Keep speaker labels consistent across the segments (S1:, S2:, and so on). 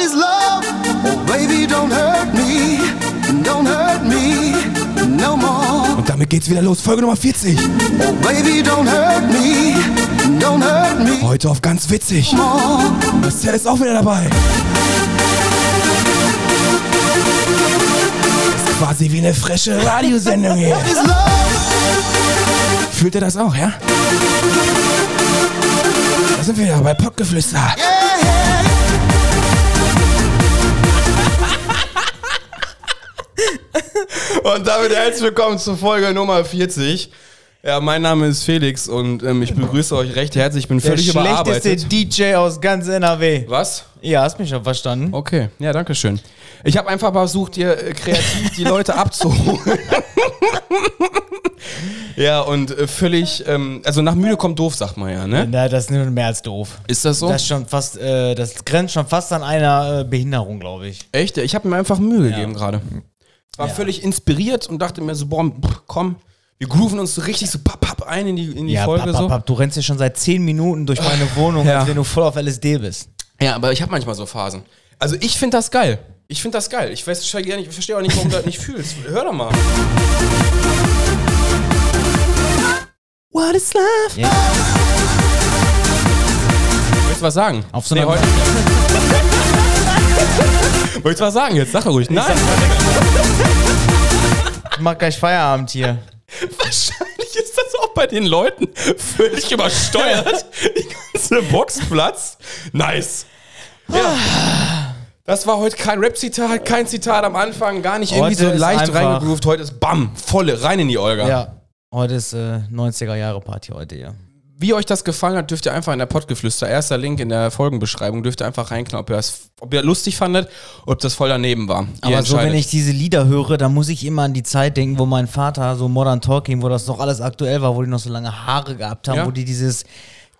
S1: is love. Oh, baby, don't hurt me. Don't hurt me no more.
S2: Und damit geht's wieder los. Folge Nummer 40.
S1: Oh, baby, don't hurt me. Don't hurt me
S2: Heute auf ganz witzig.
S1: more.
S2: Marcel ist auch wieder dabei. Ist quasi wie eine frische Radiosendung hier.
S1: Is love.
S2: Fühlt ihr das auch, ja? Da sind wir wieder bei Pockgeflüster.
S1: Yeah, yeah.
S3: Und damit herzlich willkommen zur Folge Nummer 40. Ja, mein Name ist Felix und ähm, ich begrüße euch recht herzlich. Ich bin
S4: Der
S3: völlig
S4: schlechteste
S3: überarbeitet.
S4: DJ aus ganz NRW.
S3: Was?
S4: Ja, hast mich schon verstanden.
S3: Okay, ja, danke schön. Ich habe einfach versucht, hier äh, kreativ die Leute abzuholen. ja, und äh, völlig, ähm, also nach müde kommt doof, sagt man ja, ne?
S4: Na, das ist nur mehr als doof.
S3: Ist das so?
S4: Das ist schon fast, äh, das grenzt schon fast an einer äh, Behinderung, glaube ich.
S3: Echt? Ich habe mir einfach Mühe gegeben gerade. War völlig inspiriert und dachte mir so, boah, pff, komm, wir grooven uns so richtig so papp, papp ein in die, in die Folge
S4: papp,
S3: so.
S4: papp, papp, du rennst ja schon seit 10 Minuten durch meine Wohnung,
S3: Ja.
S4: als wenn du voll auf LSD bist.
S3: Ja, aber ich habe manchmal so Phasen. Also ich finde das geil. Ich finde das geil. Ich weiß, ich verstehe nicht, ich versteh auch nicht, warum du das nicht fühlst. Hör doch mal. What is love?
S4: Ja.
S3: Möchtest du was sagen?
S4: Auf so einer-
S3: heute- Möchtest du was sagen jetzt? Sag doch ruhig. Nein.
S4: Ich mach gleich Feierabend hier.
S3: Wahrscheinlich ist das auch bei den Leuten völlig übersteuert. Die ganze Box platzt. Nice. Ja. Das war heute kein Rap-Zitat, kein Zitat am Anfang, gar nicht irgendwie
S4: Heute
S3: so
S4: ist
S3: leicht
S4: einfach-
S3: reingegroovt. Heute ist BAM, volle, rein in die Olga.
S4: Ja. Heute ist äh, 90er-Jahre-Party heute hier.
S3: Wie euch das gefallen hat, dürft ihr einfach in der Podgeflüster, erster Link in der Folgenbeschreibung, dürft ihr einfach reinknallen, ob ihr das ob ihr das lustig fandet, ob das voll daneben war. Ihr
S4: Aber so, wenn
S3: entscheidet.
S4: ich diese Lieder höre, dann muss ich immer an die Zeit denken, wo mein Vater so Modern Talking, wo das noch alles aktuell war, wo die noch so lange Haare gehabt haben,
S3: Ja.
S4: wo die dieses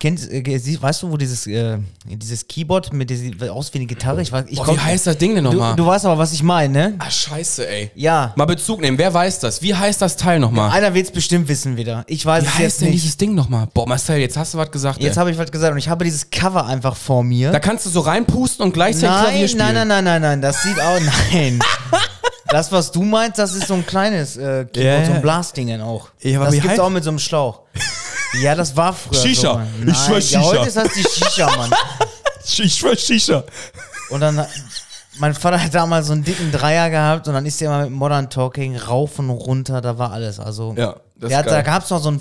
S4: Kennst, äh, sie- weißt du, wo dieses, äh, dieses Keyboard mit dieser aus wie eine Gitarre? Ich weiß, ich
S3: Boah,
S4: komm-
S3: wie heißt das Ding denn
S4: du,
S3: nochmal?
S4: du weißt aber, was ich meine, ne?
S3: Ah, scheiße, ey.
S4: Ja.
S3: Mal Bezug nehmen, wer weiß das? Wie heißt das Teil nochmal?
S4: Einer wird's bestimmt wissen wieder. Ich weiß
S3: Wie
S4: es
S3: heißt
S4: jetzt
S3: denn
S4: nicht.
S3: dieses Ding nochmal? Boah, Marcel, jetzt hast du was gesagt.
S4: jetzt
S3: ey.
S4: habe ich was gesagt und ich habe dieses Cover einfach vor mir.
S3: Da kannst du so reinpusten und gleichzeitig Klavier
S4: nein,
S3: spielen.
S4: nein, nein, nein, nein, nein, das sieht auch, nein. Das, was du meinst, das ist so ein kleines äh, Keyboard,
S3: Ja, ja.
S4: so ein Blasting dann auch.
S3: Ja, aber
S4: das
S3: wie
S4: gibt's
S3: heißt-
S4: auch mit so einem Schlauch. Ja, das war früher
S3: Shisha.
S4: so, Mann.
S3: Ich
S4: Nein,
S3: schwör, Shisha.
S4: Ja, heute ist das die Shisha, Mann.
S3: Ich schwör, Shisha.
S4: Und dann, mein Vater hat damals so einen dicken Dreier gehabt und dann ist er immer mit Modern Talking rauf und runter, da war alles. Also,
S3: Ja, das
S4: der
S3: ist
S4: hat,
S3: geil.
S4: da gab's noch so einen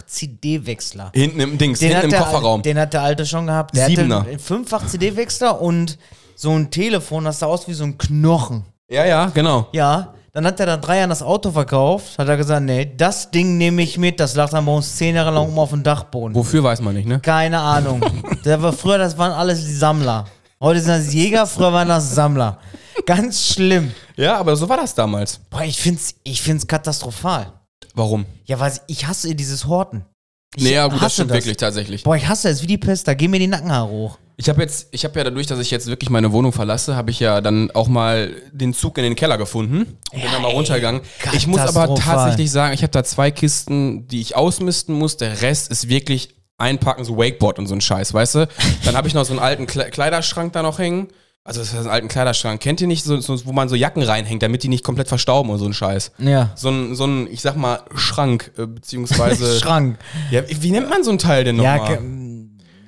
S4: Fünffach-CD-Wechsler.
S3: Hinten im Dings, hinten im
S4: der,
S3: Kofferraum.
S4: Den hat der Alte schon gehabt. Der
S3: Siebener.
S4: hatte einen fünffach CD-Wechsler und so ein Telefon, das sah aus wie so ein Knochen.
S3: Ja, ja, genau.
S4: Ja, dann hat er dann drei Jahren das Auto verkauft, hat er gesagt, nee, das Ding nehme ich mit, das lag dann bei uns zehn Jahre lang um auf dem Dachboden.
S3: Wofür weiß man nicht, ne?
S4: Keine Ahnung. der war früher, das waren alles die Sammler. Heute sind das Jäger, früher waren das Sammler. Ganz schlimm.
S3: Ja, aber so war das damals.
S4: Boah, ich find's, ich find's katastrophal.
S3: Warum?
S4: Ja, weil ich hasse dieses Horten. Ich
S3: Nee, ja, gut, das
S4: hasse
S3: stimmt wirklich tatsächlich.
S4: Boah, ich hasse es wie die Pest, da gehen mir die Nackenhaare hoch.
S3: Ich habe jetzt, ich habe ja dadurch, dass ich jetzt wirklich meine Wohnung verlasse, habe ich ja dann auch mal den Zug in den Keller gefunden und bin dann mal runtergegangen. Ich muss aber
S4: katastrophal.
S3: tatsächlich sagen, ich habe da zwei Kisten, die ich ausmisten muss. Der Rest ist wirklich einpacken, so Wakeboard und so ein Scheiß, weißt du? Dann habe ich noch so einen alten Kle Kleiderschrank da noch hängen. Also das ist ein alten Kleiderschrank. Kennt ihr nicht, so, so, wo man so Jacken reinhängt, damit die nicht komplett verstauben und so ein Scheiß?
S4: Ja.
S3: So ein, so ein, ich sag mal, Schrank, äh, beziehungsweise.
S4: Schrank.
S3: Ja, wie nennt man so ein Teil denn
S4: Ja,
S3: nochmal?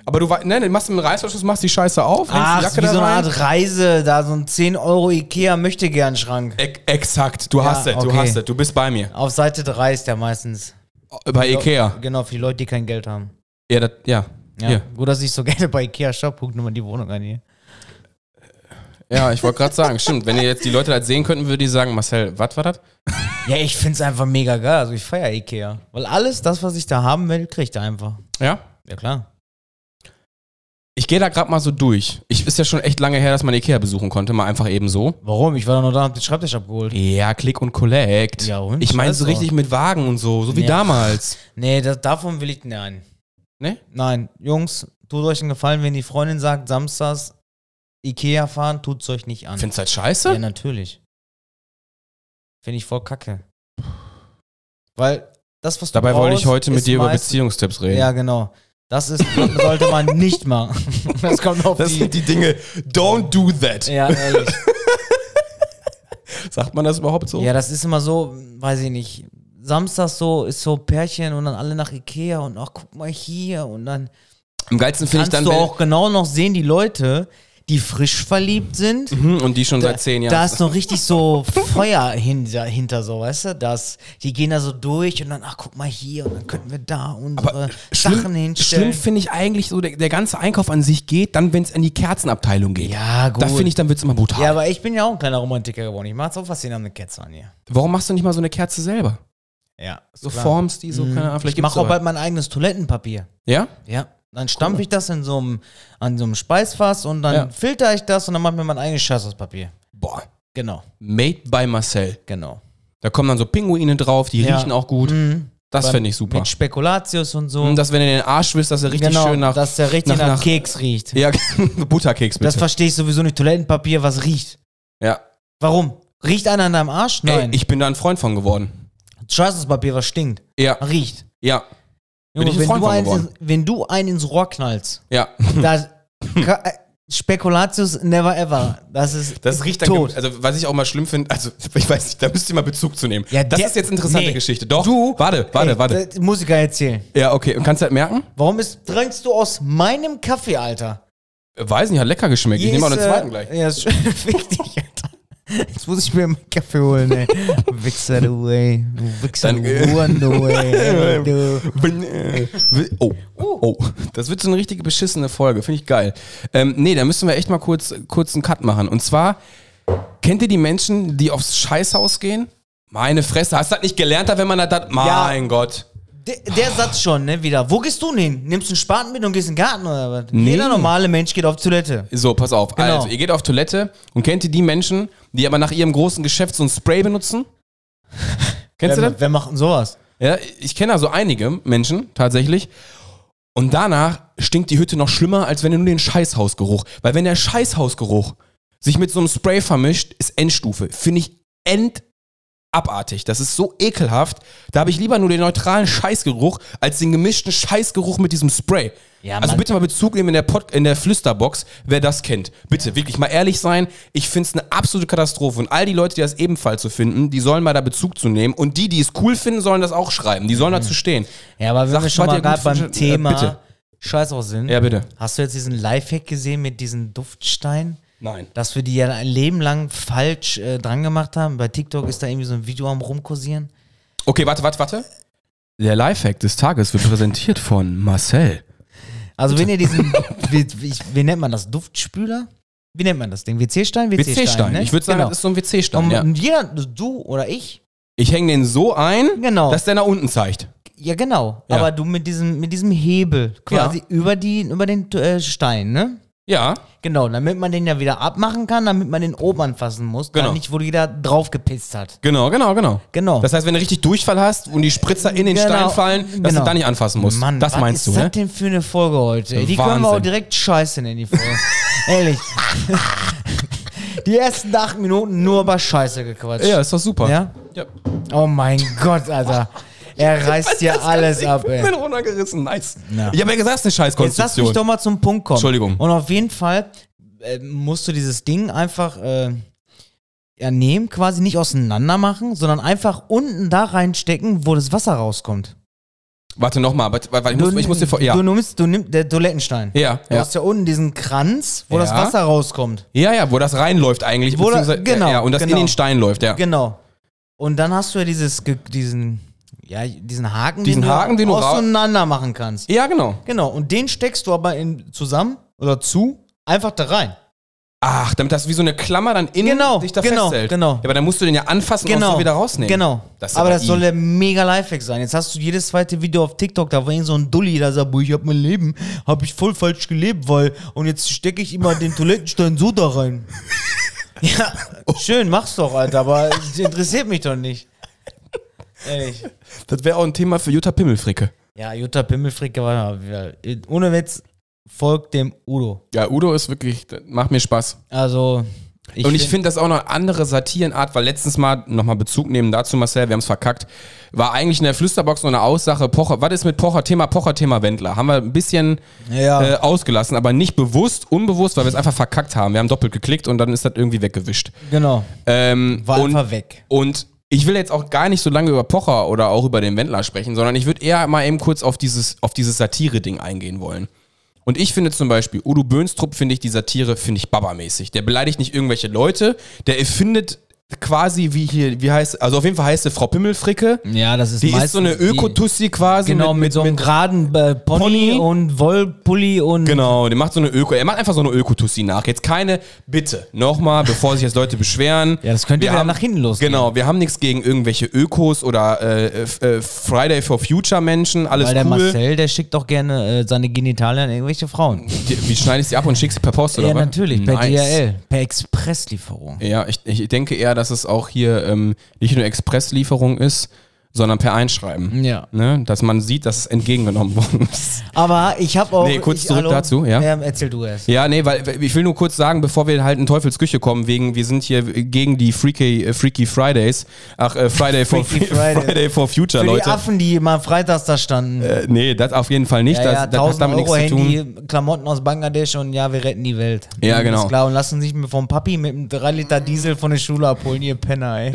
S3: Aber du wei- ne, du machst einen Reißverschluss, machst die Scheiße auf, hängst
S4: ach,
S3: die
S4: wie so eine Art Reise, da so ein 10 Euro Ikea möchte gern Schrank.
S3: E exakt, du hast es, du
S4: okay.
S3: hast es, du bist bei mir.
S4: Auf Seite 3 ist der meistens.
S3: Bei Ikea.
S4: Genau, für die Leute, die kein Geld haben.
S3: Ja, das, ja.
S4: Ja.
S3: Hier.
S4: Gut, dass ich so gerne bei Ikea shop, guck nur mal die Wohnung an hier.
S3: ja ich wollte gerade sagen, stimmt, wenn ihr jetzt die Leute das sehen könnten, würde die sagen, Marcel, was war das?
S4: Ja, ich find's einfach mega geil. Also ich feier Ikea. Weil alles, das, was ich da haben will, kriegt er einfach.
S3: Ja?
S4: Ja, klar.
S3: Ich gehe da gerade mal so durch. Ich ist ja schon echt lange her, dass man Ikea besuchen konnte, mal einfach eben so.
S4: Warum? Ich war doch noch da und hab den Schreibtisch abgeholt.
S3: Ja, Click und Collect.
S4: Ja, und?
S3: ich meine so
S4: Scheiß
S3: richtig mit Wagen und so, so wie
S4: Ja.
S3: damals.
S4: Nee, das, davon will ich. Nein.
S3: Ne?
S4: Nein. Jungs, tut euch einen Gefallen, wenn die Freundin sagt, samstags Ikea fahren, tut's euch nicht an.
S3: Findest du das
S4: Ja,
S3: scheiße?
S4: natürlich. Finde ich voll kacke. Weil das, was du
S3: Dabei wollte ich
S4: brauchst,
S3: heute mit
S4: ist
S3: dir über
S4: meist-
S3: Beziehungstipps reden.
S4: Ja, genau. Das ist, sollte man nicht machen. Das kommt auf
S3: Das
S4: die.
S3: sind die Dinge. Don't do that.
S4: Ja, ehrlich.
S3: Sagt man das überhaupt so?
S4: Ja, das ist immer so, weiß ich nicht. Samstags so ist so Pärchen und dann alle nach Ikea und ach, guck mal hier und dann
S3: Am geilsten finde ich
S4: kannst
S3: dann,
S4: du
S3: wenn-
S4: auch genau noch sehen, die Leute, die frisch verliebt sind.
S3: Hm, und die schon seit zehn Jahren.
S4: Da ist noch richtig so Feuer hinter, hinter so, weißt du? Das, die gehen da so durch und dann, ach, guck mal hier und dann könnten wir da unsere Sachen hinstellen.
S3: Schlimm finde ich eigentlich so, der, der ganze Einkauf an sich geht, dann, wenn es in die Kerzenabteilung geht.
S4: Ja, gut.
S3: Da finde ich, dann wird es immer brutal.
S4: ja, aber ich bin ja auch ein kleiner Romantiker geworden. Ich mach's auch fast jeden Abend eine Kerze an hier.
S3: Warum machst du nicht mal so eine Kerze selber?
S4: Ja.
S3: So
S4: klar. Mhm.
S3: formst die so, keine Ahnung, vielleicht
S4: Ich mach
S3: gibt's
S4: auch
S3: aber-
S4: bald mein eigenes Toilettenpapier.
S3: Ja?
S4: Ja. Dann stampfe ich das in so einem, an so einem Speisfass und dann
S3: Ja.
S4: filter ich das und dann mache ich mir mein eigenes Scheiß aus Papier.
S3: Boah.
S4: Genau,
S3: Made by Marcel.
S4: genau.
S3: Da kommen dann so Pinguine drauf, die
S4: Ja. Mhm.
S3: riechen auch gut. Das
S4: Beim-
S3: finde ich super. Mhm,
S4: Mit Spekulatius und so.
S3: Und dass, wenn du den Arsch willst, dass er richtig
S4: genau,
S3: schön nach.
S4: dass der richtig nach,
S3: nach-
S4: Keks riecht.
S3: ja, Butterkeks
S4: Das
S3: bitte.
S4: verstehe ich sowieso nicht. Toilettenpapier, was riecht.
S3: ja.
S4: Warum? Riecht einer an deinem Arsch?
S3: Ey,
S4: Nein.
S3: ich bin da ein Freund von geworden.
S4: Scheißespapier, was stinkt.
S3: Ja,
S4: Riecht.
S3: ja, Bin ich ein
S4: wenn,
S3: Freund
S4: du
S3: von
S4: eins,
S3: geworden. Hm.
S4: ins- wenn du einen ins Rohr knallst,
S3: ja.
S4: da ka- äh, Spekulatius never ever. Das ist
S3: Das riecht dann,
S4: tot.
S3: also was ich auch mal schlimm finde, also ich weiß nicht, da müsst ihr mal Bezug zu nehmen.
S4: Ja,
S3: das
S4: der-
S3: ist jetzt interessante
S4: nee.
S3: Geschichte. Doch, du, warte, warte,
S4: Ey,
S3: warte.
S4: das Muss ich gar nicht erzählen.
S3: Ja, okay, und kannst du das merken?
S4: Warum ist, trinkst du aus meinem Kaffee, Alter?
S3: Weiß nicht, hat lecker geschmeckt. ich
S4: Hier
S3: nehme auch
S4: ist,
S3: den
S4: äh,
S3: zweiten gleich.
S4: Ja, ist schön wichtig, Alter. Jetzt muss ich mir einen Kaffee holen, ey. Wichser, du, ey. Du Wichser,
S3: Dann,
S4: du
S3: äh,
S4: Huren, du, ey. Du.
S3: Bin, äh, will- Oh,
S4: Uh.
S3: oh, das wird so eine richtige beschissene Folge, finde ich geil. Ähm, nee, da müssen wir echt mal kurz, kurz einen Cut machen. Und zwar, kennt ihr die Menschen, die aufs Scheißhaus gehen? Meine Fresse, hast du das nicht gelernt, wenn man das, mein Gott.
S4: Der, der Satz schon, ne, wieder. Wo gehst du denn hin? Nimmst du einen Spaten mit und gehst in den Garten oder was?
S3: Nee.
S4: Jeder normale Mensch geht auf Toilette.
S3: So, pass auf.
S4: Genau.
S3: Also, ihr geht auf Toilette und kennt ihr die Menschen, die aber nach ihrem großen Geschäft so ein Spray benutzen? Kennst
S4: wer,
S3: du das?
S4: wer macht denn sowas?
S3: Ja, ich kenne da so einige Menschen tatsächlich. Und danach stinkt die Hütte noch schlimmer, als wenn du nur den Scheißhausgeruch. Weil wenn der Scheißhausgeruch sich mit so einem Spray vermischt, ist Endstufe. Finde ich endabartig. Das ist so ekelhaft. Da habe ich lieber nur den neutralen Scheißgeruch, als den gemischten Scheißgeruch mit diesem Spray.
S4: Ja,
S3: also
S4: Mann.
S3: bitte mal Bezug nehmen in der, Pod in der Flüsterbox, wer das kennt. Bitte, wirklich mal ehrlich sein. Ich finde es eine absolute Katastrophe. Und all die Leute, die das ebenfalls so finden, die sollen mal da Bezug zu nehmen. Und die, die es cool finden, sollen das auch schreiben. Die sollen
S4: Mhm.
S3: dazu stehen.
S4: Ja, aber wenn
S3: Sag,
S4: wir schon
S3: warte,
S4: mal
S3: gut,
S4: gerade beim
S3: Frische- äh,
S4: Thema
S3: bitte.
S4: Scheiß auch sind.
S3: Ja, bitte.
S4: Hast du jetzt diesen Lifehack gesehen mit diesen Duftsteinen?
S3: Nein.
S4: Dass wir die ja ein Leben lang falsch äh, dran gemacht haben. Bei TikTok ist da irgendwie so ein Video am rumkursieren.
S3: Okay, warte, warte, warte. Der Lifehack des Tages wird präsentiert von Marcel.
S4: Also wenn ihr diesen, wie, wie, wie nennt man das, Duftspüler? Wie nennt man das Ding? WC-Stein?
S3: WC-Stein.
S4: ne? Um
S3: Ich würde sagen, das ist so ein WC-Stein.
S4: Und
S3: Ja.
S4: jeder, du oder ich,
S3: Ich hänge den so ein,
S4: Genau.
S3: dass der nach unten zeigt.
S4: ja genau,
S3: Ja.
S4: aber du mit diesem, mit diesem Hebel quasi über, die, über den äh, Stein, ne?
S3: Ja.
S4: Genau, damit man den ja wieder abmachen kann, damit man den oben anfassen muss,
S3: Genau.
S4: dann nicht, wo jeder drauf gepisst hat.
S3: Genau, genau, genau.
S4: Genau.
S3: Das heißt, wenn du richtig Durchfall hast und die Spritzer in den
S4: Genau.
S3: Stein fallen, dass
S4: Genau.
S3: du da nicht anfassen musst.
S4: Mann,
S3: das
S4: was
S3: meinst
S4: ist
S3: du,
S4: das
S3: ne?
S4: denn für eine Folge heute? ey? Die können wir
S3: Wahnsinn.
S4: auch direkt scheiße nennen, die Folge. Ehrlich. die ersten acht Minuten nur über Scheiße gequatscht.
S3: Ja, ist doch super.
S4: Ja?
S3: ja.
S4: Oh mein Gott, Alter. Er reißt dir alles ab,
S3: Ich bin
S4: ey.
S3: runtergerissen, nice.
S4: Ja.
S3: Ich habe ja gesagt, es ist eine
S4: Jetzt lass mich
S3: Scheißkonstruktion.
S4: doch mal zum Punkt kommen.
S3: Entschuldigung.
S4: Und auf jeden Fall äh, musst du dieses Ding einfach äh, ja, nehmen, quasi nicht auseinander machen, sondern einfach unten da reinstecken, wo das Wasser rauskommt.
S3: Warte nochmal, warte, warte, ich muss, ich muss dir vor. Ja.
S4: du nimmst, du nimmst der Toilettenstein.
S3: Ja,
S4: Du
S3: ja.
S4: hast ja unten diesen Kranz, wo
S3: Ja.
S4: das Wasser rauskommt.
S3: ja, ja, wo das reinläuft eigentlich.
S4: Wo da-
S3: beziehungsweise-
S4: genau,
S3: Ja, und das in
S4: genau.
S3: den Stein läuft, ja.
S4: Genau. Und dann hast du ja dieses, ge- diesen, ja, diesen Haken,
S3: Diesen Haken, den du ra-
S4: auseinander machen kannst.
S3: Ja, genau.
S4: Genau. Und den steckst du aber in, zusammen oder zu, einfach da rein.
S3: Ach, damit das wie so eine Klammer dann innen
S4: Genau,
S3: sich da
S4: genau,
S3: festhält.
S4: genau.
S3: Ja, aber dann musst du den ja anfassen und auch so wieder rausnehmen.
S4: Genau.
S3: Das ist
S4: aber
S3: aber
S4: das
S3: I.
S4: soll der mega Lifehack sein. Jetzt hast du jedes zweite Video auf TikTok, da war irgend so ein Dulli, der sagt, boah, ich hab mein Leben, hab ich voll falsch gelebt, weil, und jetzt stecke ich immer den Toilettenstein so da rein. ja, schön, mach's doch, Alter, aber es interessiert mich doch nicht. Ehrlich.
S3: Das wäre auch ein Thema für Jutta Pimmelfricke.
S4: Ja, Jutta Pimmelfricke war ja, ohne Witz folgt dem Udo.
S3: Ja, Udo ist wirklich, das macht mir Spaß.
S4: Also
S3: und ich finde das auch noch eine andere Satirenart, weil letztens mal, nochmal Bezug nehmen dazu, Marcel, wir haben es verkackt, war eigentlich in der Flüsterbox nur eine Aussache, Pocher, was ist mit Pocher, Thema Pocher, Thema Wendler? Haben wir ein bisschen
S4: Ja.
S3: äh, ausgelassen, aber nicht bewusst, unbewusst, weil wir es einfach verkackt haben. Wir haben doppelt geklickt und dann ist das irgendwie weggewischt.
S4: Genau.
S3: Ähm,
S4: War
S3: und,
S4: einfach weg.
S3: Und ich will jetzt auch gar nicht so lange über Pocher oder auch über den Wendler sprechen, sondern ich würde eher mal eben kurz auf dieses, auf dieses Satire-Ding eingehen wollen. Und ich finde zum Beispiel, Udo Böhnstrup finde ich die Satire, finde ich babamäßig. Der beleidigt nicht irgendwelche Leute, der erfindet quasi wie hier, wie heißt, also auf jeden Fall heißt sie Frau Pimmelfricke.
S4: Ja, das ist
S3: Die ist so eine Ökotussi quasi.
S4: Genau, mit, so einem geraden äh, Pony,
S3: Pony.
S4: und Wollpulli und.
S3: Genau, der macht so eine Öko, er macht einfach so eine Ökotussi nach. Jetzt keine, bitte, nochmal, bevor sich jetzt Leute beschweren.
S4: Ja, das könnte wieder nach hinten losgehen.
S3: Genau, wir haben nichts gegen irgendwelche Ökos oder äh, f- äh, Friday for Future Menschen, alles
S4: Weil der
S3: cool.
S4: Marcel, der schickt doch gerne äh, seine Genitalien an irgendwelche Frauen.
S3: Die, wie schneidest du die ab und schickst sie per Post oder
S4: ja,
S3: was?
S4: natürlich, per
S3: Nice.
S4: DRL, per Expresslieferung.
S3: Ja, ich, ich denke eher, dass es auch hier ähm, nicht nur Expresslieferung ist, sondern per Einschreiben.
S4: Ja.
S3: Ne? Dass man sieht, dass es entgegengenommen worden ist.
S4: Aber ich habe auch.
S3: Nee, kurz
S4: ich,
S3: zurück dazu, ja.
S4: Ähm, erzähl du erst.
S3: Ja, nee, weil weil ich will nur kurz sagen, bevor wir halt in Teufelsküche kommen, wegen wir sind hier gegen die Freaky, äh, Freaky Fridays. Ach, äh, Friday, for,
S4: Freaky
S3: Friday.
S4: Friday.
S3: Friday for Future,
S4: Für die
S3: Leute.
S4: Affen, die mal freitags da standen.
S3: Äh, nee, das auf jeden Fall nicht.
S4: ja,
S3: das,
S4: ja,
S3: das hat
S4: 1000
S3: damit
S4: Euro
S3: nichts zu tun.
S4: Handy, Klamotten aus Bangladesch und ja, wir retten die Welt.
S3: Ja,
S4: Ist
S3: genau.
S4: klar, und lassen sich mit vom Papi mit einem 3 Liter Diesel von der Schule abholen, ihr Penner, ey.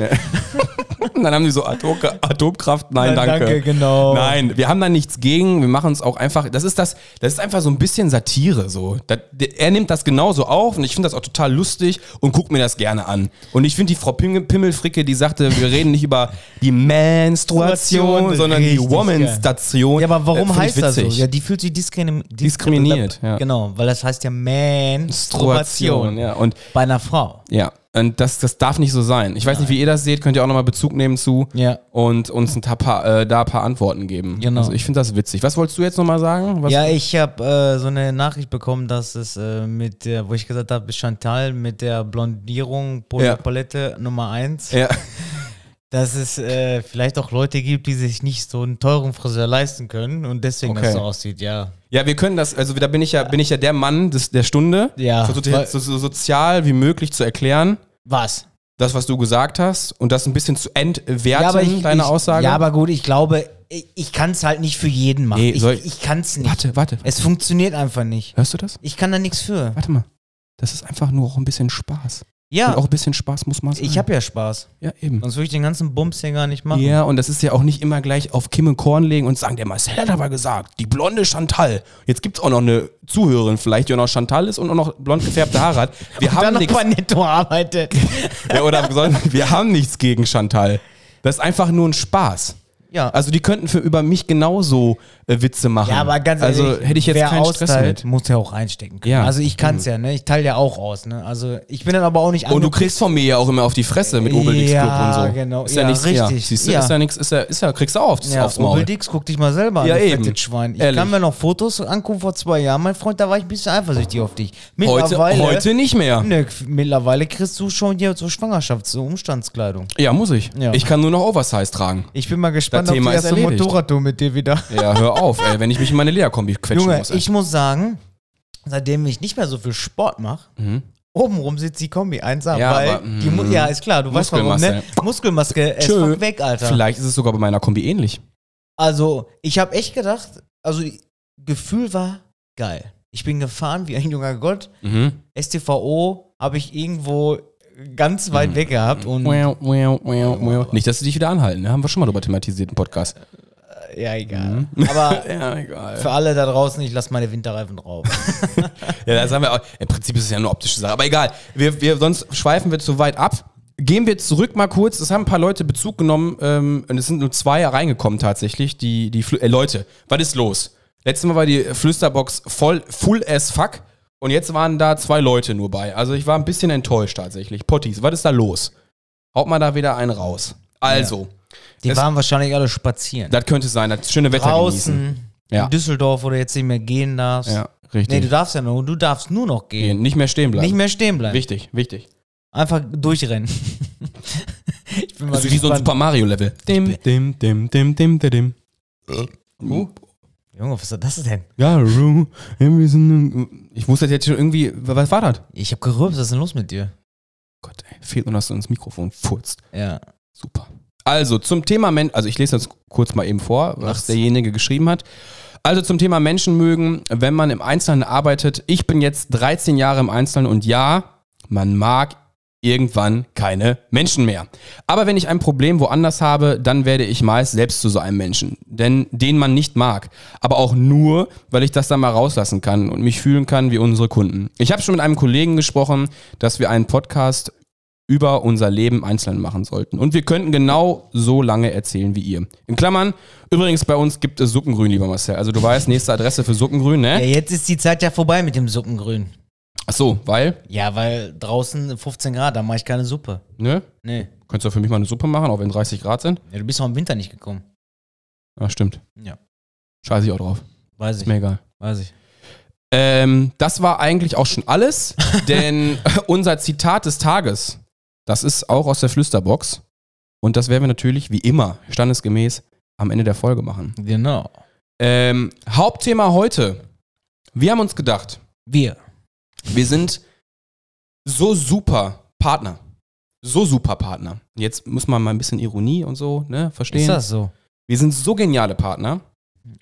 S3: Und dann haben die so Atom Atomkraft, nein,
S4: Nein,
S3: danke.
S4: danke, genau.
S3: Nein, wir haben da nichts gegen, wir machen es auch einfach, das ist das, das ist einfach so ein bisschen Satire so. Das, der, er nimmt das genauso auf und ich finde das auch total lustig und guck mir das gerne an. Und ich finde die Frau Pim Pimmelfricke, die sagte, wir reden nicht über die Menstruation,
S4: Menstruation,
S3: sondern die
S4: richtig geil.
S3: Womanstation.
S4: Ja, aber warum
S3: Äh, find ich
S4: heißt das so?
S3: witzig.
S4: Ja, die fühlt sich diskrimin
S3: Diskriminiert, ja.
S4: Genau, weil das heißt ja Menstruation.
S3: Menstruation, ja. Und
S4: Bei einer Frau.
S3: Ja, und das, das darf nicht so sein. Ich weiß nicht, wie ihr das seht, könnt ihr auch nochmal Bezug nehmen zu
S4: Ja.
S3: und uns ein ta- paar, äh, da ein paar Antworten geben.
S4: Genau.
S3: Also ich finde das witzig. Was wolltest du jetzt nochmal sagen? Was
S4: Ja, ich habe äh, so eine Nachricht bekommen, dass es äh, mit der, wo ich gesagt habe, Chantal mit der Blondierung Pol
S3: Ja.
S4: Palette Nummer 1,
S3: ja.
S4: dass es äh, vielleicht auch Leute gibt, die sich nicht so einen teuren Friseur leisten können und deswegen
S3: Okay.
S4: das so aussieht, ja.
S3: ja, wir können das, also da bin ich ja, bin ich ja der Mann des, der Stunde,
S4: Ja.
S3: versucht dir jetzt so, so sozial wie möglich zu erklären,
S4: Was?
S3: das, was du gesagt hast, und das ein bisschen zu entwerten, deine
S4: ich,
S3: Aussage.
S4: Ja, aber gut, ich glaube, ich, ich kann es halt nicht für jeden machen.
S3: Nee,
S4: ich
S3: soll-
S4: ich kann es nicht.
S3: warte, warte.
S4: Es funktioniert einfach nicht.
S3: Hörst du das?
S4: Ich kann da nichts für.
S3: Warte mal. Das ist einfach nur auch ein bisschen Spaß. Und
S4: Ja,
S3: auch ein bisschen Spaß muss man sagen.
S4: ich habe ja Spaß.
S3: ja eben.
S4: Sonst würde ich den ganzen Bums hier gar nicht machen.
S3: Ja, und das ist ja auch nicht immer gleich auf Kim und Korn legen und sagen, der Marcel hat aber gesagt, die blonde Chantal. Jetzt gibt's auch noch eine Zuhörerin vielleicht, die auch noch Chantal ist und auch noch blond gefärbte Haare hat. Wir
S4: Dann
S3: haben
S4: noch
S3: nichts.
S4: mal netto arbeitet.
S3: Ja, oder sonst- wir haben nichts gegen Chantal. Das ist einfach nur ein Spaß.
S4: ja,
S3: Also die könnten für über mich genauso äh, Witze machen.
S4: ja, aber ganz
S3: also,
S4: ehrlich,
S3: Also hätte ich jetzt
S4: wer
S3: keinen Stress
S4: austeilt,
S3: mit.
S4: muss ja auch reinstecken können.
S3: Ja. Mhm.
S4: Also ich kann es ja, ne? Ich teile ja auch aus, ne? Also ich bin dann aber auch nicht
S3: Und du
S4: angepisst.
S3: kriegst von mir ja auch immer auf die Fresse mit Obelix Club
S4: Ja,
S3: und so.
S4: genau.
S3: Ist ja,
S4: Ja,
S3: nichts, Ja.
S4: richtig.
S3: Siehst du,
S4: Ja.
S3: ist ja nichts, ist ja, ist ja, kriegst du auch aufs,
S4: ja,
S3: aufs Maul.
S4: Obel Dix, guck dich mal selber an,
S3: Ja,
S4: du
S3: eben.
S4: fettes Schwein. Ich
S3: Ehrlich.
S4: kann mir noch Fotos angucken vor zwei Jahren. Mein Freund, da war ich ein bisschen eifersüchtig auf dich.
S3: Heute, heute nicht mehr.
S4: Ne, mittlerweile kriegst du schon hier so Schwangerschafts-, so Umstandskleidung.
S3: Ja, muss ich.
S4: Ja.
S3: Ich kann nur noch Oversize tragen.
S4: Ich bin mal gespannt
S3: Das Thema
S4: auf
S3: ist
S4: die erste
S3: erledigt.
S4: Motorradtour mit dir wieder.
S3: Ja, hör auf, ey, wenn ich mich in meine Lederkombi quetschen
S4: Junge,
S3: muss. ey.
S4: ich muss sagen, seitdem ich nicht mehr so viel Sport mache, obenrum sitzt die Kombi einsam,
S3: Mhm. Ja,
S4: weil
S3: aber,
S4: die Mu
S3: mm,
S4: ja, ist klar, du weißt warum, ne?
S3: Muskelmasse.
S4: Muskelmaske, es
S3: Tschö.
S4: fuck weg, Alter.
S3: Vielleicht ist es sogar bei meiner Kombi ähnlich.
S4: Also, ich habe echt gedacht, also Gefühl war geil. Ich bin gefahren wie ein junger Gott.
S3: Mhm.
S4: STVO habe ich irgendwo ganz weit
S3: Mhm.
S4: weg gehabt und
S3: Miau, miau, miau, miau. Nicht, dass sie dich wieder anhalten, ne? Haben wir schon mal drüber thematisiert im Podcast.
S4: ja, egal.
S3: Mhm.
S4: Aber
S3: Ja, egal.
S4: für alle da draußen, ich lasse meine Winterreifen drauf.
S3: Ja, das haben wir auch. Im Prinzip ist es ja nur optische Sache. Aber egal. Wir, wir, sonst schweifen wir zu weit ab. Gehen wir zurück mal kurz. Es haben ein paar Leute Bezug genommen. Ähm, und es sind nur zwei reingekommen tatsächlich. Die, die Flü äh, Leute, was ist los? Letztes Mal war die Flüsterbox voll, full as fuck. Und jetzt waren da zwei Leute nur bei. Also ich war ein bisschen enttäuscht tatsächlich. Potties, was ist da los? Haut mal da wieder einen raus. Also,
S4: Die
S3: Es-
S4: waren wahrscheinlich alle spazieren.
S3: das könnte sein. Das schöne Wetter genießen.
S4: draußen
S3: Ja.
S4: in Düsseldorf, wo du jetzt nicht mehr gehen darfst.
S3: Ja, richtig.
S4: Nee, du darfst ja nur, du darfst nur noch gehen.
S3: Nicht mehr stehen bleiben.
S4: Nicht mehr stehen bleiben.
S3: Wichtig, wichtig.
S4: Einfach durchrennen. ich bin mal
S3: Also wie so ein Super
S4: gespannt.
S3: Mario Level. Dim, dim, dim, dim, dim, dim, dim. Uh.
S4: Junge, was ist das denn?
S3: Ja, Ru. irgendwie so ein- Ich wusste jetzt schon irgendwie, was war das?
S4: Ich hab gerülpst, was ist denn los mit dir?
S3: fehlt nur, dass du ins Mikrofon furzt.
S4: Ja.
S3: Super. Also zum Thema Menschen, also ich lese das kurz mal eben vor, was
S4: Mach's.
S3: derjenige geschrieben hat. Also zum Thema Menschen mögen, wenn man im Einzelnen arbeitet. Ich bin jetzt 13 Jahre im Einzelnen und ja, man mag irgendwann keine Menschen mehr. Aber wenn ich ein Problem woanders habe, dann werde ich meist selbst zu so einem Menschen, denn den man nicht mag. Aber auch nur, weil ich das dann mal rauslassen kann und mich fühlen kann wie unsere Kunden. Ich habe schon mit einem Kollegen gesprochen, dass wir einen Podcast über unser Leben einzeln machen sollten. Und wir könnten genau so lange erzählen wie ihr. In Klammern, übrigens bei uns gibt es Suppengrün, lieber Marcel. Also du weißt, nächste Adresse für Suppengrün,
S4: ja.
S3: ne?
S4: Jetzt ist die Zeit ja vorbei mit dem Suppengrün.
S3: Ach so, weil,
S4: Ja, weil draußen 15 Grad, da mache ich keine Suppe.
S3: ne?
S4: Nee.
S3: Könntest du für mich mal eine Suppe machen, auch wenn 30 Grad sind?
S4: Ja, du bist auch im Winter nicht gekommen.
S3: Ah, stimmt.
S4: Ja.
S3: Scheiße ich auch drauf.
S4: Weiß ich.
S3: Ist mir egal.
S4: Weiß ich.
S3: Ähm, das war eigentlich auch schon alles, denn äh, unser Zitat des Tages, das ist auch aus der Flüsterbox. Und das werden wir natürlich, wie immer, standesgemäß am Ende der Folge machen.
S4: Genau.
S3: Ähm, Hauptthema heute. Wir haben uns gedacht,
S4: Wir.
S3: wir sind so super Partner. So super Partner. Jetzt muss man mal ein bisschen Ironie und so, ne, verstehen.
S4: Ist das so?
S3: Wir sind so geniale Partner.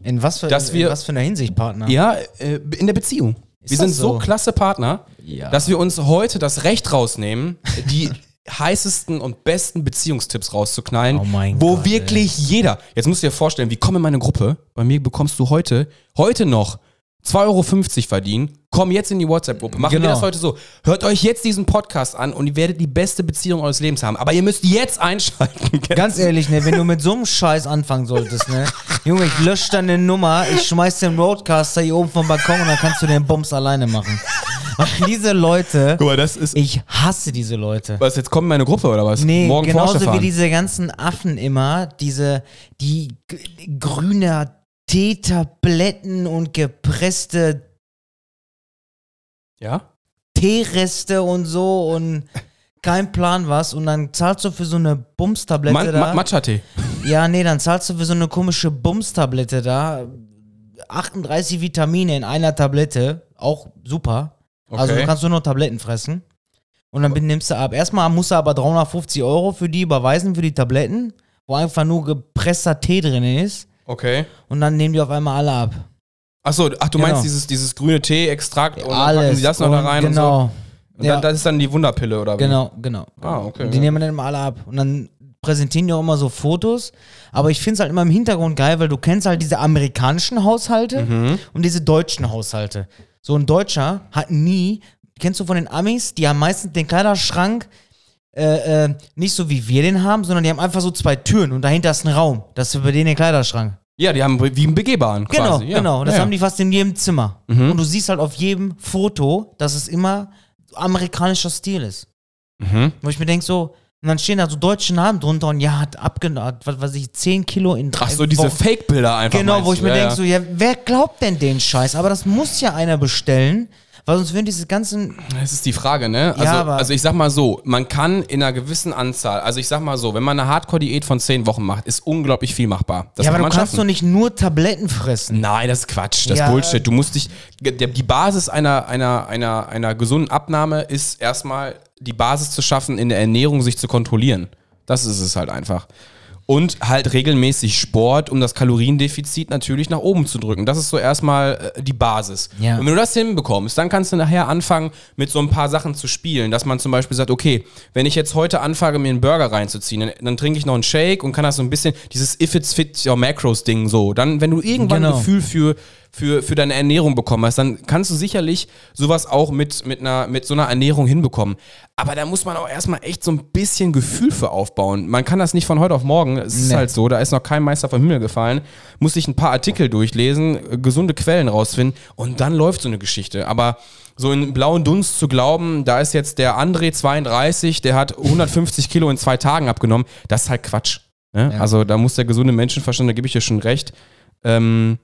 S4: In was für,
S3: Dass
S4: in
S3: wir-
S4: was für einer Hinsicht, Partner?
S3: Ja, äh, in der Beziehung.
S4: Ist
S3: wir
S4: das
S3: sind so?
S4: so?
S3: klasse Partner,
S4: ja.
S3: dass wir uns heute das Recht rausnehmen, die heißesten und besten Beziehungstipps rauszuknallen,
S4: Oh mein
S3: wo
S4: Gott,
S3: wirklich jeder. Jetzt musst du dir vorstellen, wie komm in meine Gruppe, bei mir bekommst du heute, heute noch 2,50 Euro verdienen, komm jetzt in die WhatsApp-Gruppe. Machen wir
S4: Genau.
S3: das heute so. Hört euch jetzt diesen Podcast an und ihr werdet die beste Beziehung eures Lebens haben. Aber ihr müsst jetzt einschalten. Genau.
S4: Ganz ehrlich, ne, wenn du mit so einem Scheiß anfangen solltest, ne? Junge, ich lösche deine Nummer, ich schmeiß den Roadcaster hier oben vom Balkon und dann kannst du den Bums alleine machen. Weil diese Leute,
S3: mal, das ist.
S4: ich hasse diese Lersche.
S3: Was, jetzt kommen meine Gruppe oder was?
S4: Nee,
S3: Morgen Porsche
S4: genauso wie
S3: fahren.
S4: diese ganzen Affen immer, diese, die g- grüne Teetabletten und gepresste
S3: Ja?
S4: Teereste und so und kein Plan was und dann zahlst du für so eine Bumstablette
S3: Man-
S4: da.
S3: Ma Matcha-Tee.
S4: Ja, nee, dann zahlst du für so eine komische Bumstablette da 38 Vitamine in einer Tablette. Auch super. Also
S3: Okay.
S4: du kannst nur noch Tabletten fressen. Und dann bin- nimmst du ab. Erstmal musst du aber 350 Euro für die überweisen, für die Tabletten, wo einfach nur gepresster Tee drin ist.
S3: Okay.
S4: Und dann nehmen die auf einmal alle ab.
S3: Achso, ach, du meinst
S4: Genau.
S3: dieses, dieses grüne Tee-Extrakt und dann
S4: Alles.
S3: packen sie das noch da
S4: Und
S3: rein und so.
S4: genau.
S3: Und
S4: Ja.
S3: dann, das ist dann die Wunderpille, oder wie?
S4: Genau, genau.
S3: Ah, okay,
S4: Und die
S3: ja.
S4: nehmen dann immer alle ab. Und dann präsentieren die auch immer so Fotos. Aber ich finde es halt immer im Hintergrund geil, weil du kennst halt diese amerikanischen Haushalte
S3: Mhm.
S4: und diese deutschen Haushalte. So ein Deutscher hat nie, kennst du von den Amis, die haben meistens den Kleiderschrank äh, äh, nicht so wie wir den haben, sondern die haben einfach so zwei Türen und dahinter ist ein Raum. Das ist über den der Kleiderschrank.
S3: Ja, die haben wie einen begehbaren
S4: Genau,
S3: quasi. Ja.
S4: genau. Das
S3: ja, Mhm.
S4: haben die fast in jedem Zimmer. Und du siehst halt auf jedem Foto, dass es immer amerikanischer Stil ist.
S3: Mhm.
S4: Wo ich mir denke, so, und dann stehen da so deutsche Namen drunter und ja, hat abgenommen, was weiß ich, 10 Kilo in drei
S3: Ach so, diese
S4: Wochen.
S3: Fake-Bilder einfach.
S4: Genau,
S3: meinst
S4: wo
S3: du,
S4: ich mir
S3: ja,
S4: denke,
S3: ja.
S4: so, ja, wer glaubt denn den Scheiß? Aber das muss ja einer bestellen, weil sonst würden diese ganzen.
S3: Das ist die Frage, ne? Also,
S4: aber-
S3: also ich sag mal so, man kann in einer gewissen Anzahl, also ich sag mal so, wenn man eine Hardcore-Diät von 10 Wochen macht, ist unglaublich viel machbar. Das
S4: ja,
S3: kann
S4: aber du
S3: man
S4: kannst doch
S3: schaffen.
S4: nicht nur Tabletten fressen.
S3: Nein, das ist Quatsch, das ist
S4: Ja.
S3: Bullshit. Du musst dich, der- die Basis einer, einer, einer, einer gesunden Abnahme ist erstmal die Basis zu schaffen, in der Ernährung sich zu kontrollieren. Das ist es halt einfach. Und halt regelmäßig Sport, um das Kaloriendefizit natürlich nach oben zu drücken. Das ist so erstmal äh, die Basis.
S4: Ja.
S3: Und wenn du das hinbekommst, dann kannst du nachher anfangen, mit so ein paar Sachen zu spielen. Dass man zum Beispiel sagt, okay, wenn ich jetzt heute anfange, mir einen Burger reinzuziehen, dann, dann trinke ich noch einen Shake und kann das so ein bisschen, dieses If it's fit your macros Ding so. Dann, wenn du irgendwann ein
S4: Genau.
S3: Gefühl für, für, für deine Ernährung bekommen hast, dann kannst du sicherlich sowas auch mit, mit, einer, mit so einer Ernährung hinbekommen. Aber da muss man auch erstmal echt so ein bisschen Gefühl für aufbauen. Man kann das nicht von heute auf morgen. Es ist
S4: Nee.
S3: halt so, da ist noch kein Meister vom Himmel gefallen. Muss sich ein paar Artikel durchlesen, äh, gesunde Quellen rausfinden und dann läuft so eine Geschichte. Aber so in blauen Dunst zu glauben, da ist jetzt der André 32, der hat 150 Kilo in zwei Tagen abgenommen, das ist halt Quatsch. Ne? Also da muss der gesunde Menschenverstand, da gebe ich dir schon recht, ähm,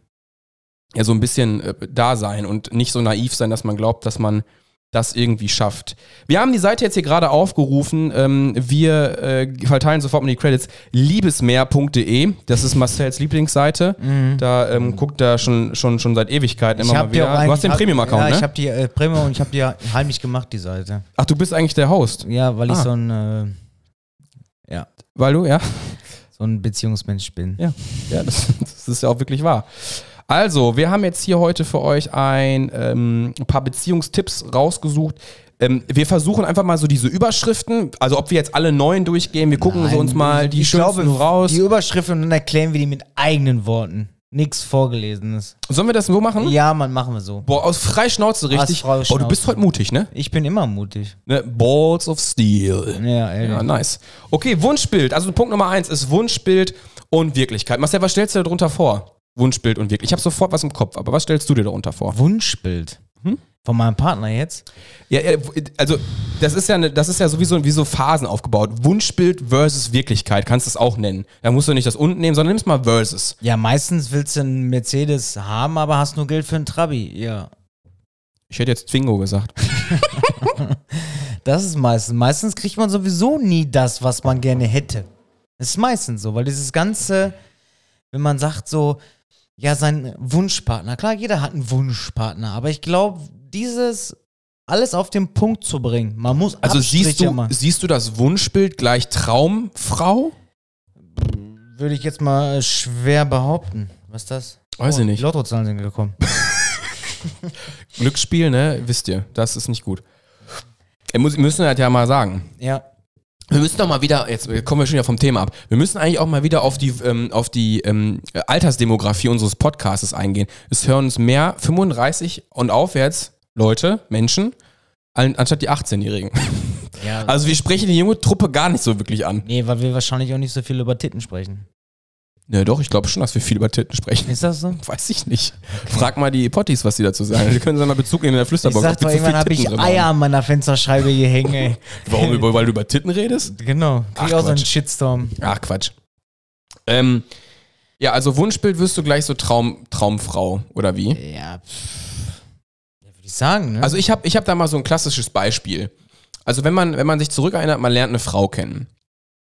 S3: ja so ein bisschen äh, da sein und nicht so naiv sein, dass man glaubt, dass man das irgendwie schafft. Wir haben die Seite jetzt hier gerade aufgerufen. Ähm, wir äh, verteilen sofort mal die Credits. Liebesmeer.de, das ist Marcells Lieblingsseite.
S4: Mhm.
S3: Da ähm, guckt er schon, schon, schon seit Ewigkeiten immer mal
S4: die auch
S3: wieder. Du hast den
S4: eigentlich-
S3: Premium-Account,
S4: ja,
S3: ne?
S4: ich habe die äh, Premium und ich habe die ja heimlich gemacht, die Seite.
S3: Ach, du bist eigentlich der Host,
S4: Ja, weil ich
S3: Ah.
S4: so ein, äh,
S3: weil du, ja?
S4: so ein Beziehungsmensch bin.
S3: Ja, ja das, das ist ja auch wirklich wahr. Also, wir haben jetzt hier heute für euch ein, ähm, ein paar Beziehungstipps rausgesucht. Ähm, wir versuchen einfach mal so diese Überschriften, also ob wir jetzt alle neuen durchgehen, wir gucken so also uns mal die
S4: ich
S3: schönsten
S4: glaube,
S3: raus.
S4: Die Überschrift und dann erklären wir die mit eigenen Worten. Nichts Vorgelesenes.
S3: Sollen wir das so machen?
S4: Ja, Mann, machen wir so.
S3: Boah, aus frei Schnauze, richtig.
S4: frei
S3: Boah, du
S4: Schnauze.
S3: bist heute mutig, ne?
S4: Ich bin immer mutig.
S3: ne? Balls of Steel.
S4: Ja, ehrlich.
S3: Ja, nice. Okay, Wunschbild. Also Punkt Nummer eins ist Wunschbild und Wirklichkeit. Marcel, was stellst du dir darunter vor? Wunschbild und Wirklichkeit. Ich habe sofort was im Kopf, aber was stellst du dir darunter vor?
S4: Wunschbild.
S3: Hm?
S4: Von meinem Partner jetzt?
S3: Ja, ja, also das ist ja eine, das ist ja sowieso wie so Phasen aufgebaut. Wunschbild versus Wirklichkeit, kannst du es auch nennen. Da musst du nicht das unten nehmen, sondern nimmst mal versus.
S4: Ja, meistens willst du einen Mercedes haben, aber hast nur Geld für einen Trabi. Ja.
S3: Ich hätte jetzt Twingo gesagt.
S4: Das ist meistens. Meistens kriegt man sowieso nie das, was man gerne hätte. Das ist meistens so, weil dieses ganze, wenn man sagt so, ja, sein Wunschpartner, klar, jeder hat einen Wunschpartner, aber ich glaube, dieses alles auf den Punkt zu bringen, man muss
S3: Also siehst
S4: Abstriche
S3: du,
S4: machen.
S3: siehst du das Wunschbild gleich Traumfrau?
S4: würde ich jetzt mal schwer behaupten. Was ist das?
S3: Weiß ich nicht.
S4: Die Lottozahlen sind gekommen.
S3: Glücksspiel, ne? Wisst ihr, das ist nicht gut. Äh, muss- Müssen wir das ja mal sagen.
S4: ja.
S3: Wir müssen doch mal wieder, jetzt kommen wir schon wieder vom Thema ab, wir müssen eigentlich auch mal wieder auf die, ähm, auf die ähm, Altersdemografie unseres Podcasts eingehen. Es hören uns mehr 35 und aufwärts Leute, Menschen, an, anstatt die 18-Jährigen.
S4: ja.
S3: Also wir sprechen die junge Truppe gar nicht so wirklich an.
S4: nee, weil wir wahrscheinlich auch nicht so viel über Titten sprechen.
S3: Ja doch, ich glaube schon, dass wir viel über Titten sprechen.
S4: Ist das so?
S3: Weiß ich nicht. Frag mal die Potties, was die dazu sagen. Die können sie mal Bezug nehmen in der
S4: Ich
S3: Flüsterbox.
S4: sag
S3: ob wir zu
S4: doch,
S3: viel
S4: irgendwann habe
S3: Titten
S4: ich
S3: drin
S4: Eier
S3: haben.
S4: an meiner Fensterscheibe hier hängen, ey.
S3: Warum? über- Weil du über Titten redest?
S4: Genau. Krieg
S3: Ach,
S4: auch so einen
S3: Quatsch.
S4: Shitstorm.
S3: Ach, Quatsch. Ähm, ja, also Wunschbild wirst du gleich so Traum, Traumfrau, oder wie?
S4: Ja, pff. ja würde ich sagen, ne?
S3: Also ich habe ich hab da mal so ein klassisches Beispiel. Also wenn man, wenn man sich zurückerinnert, man lernt eine Frau kennen.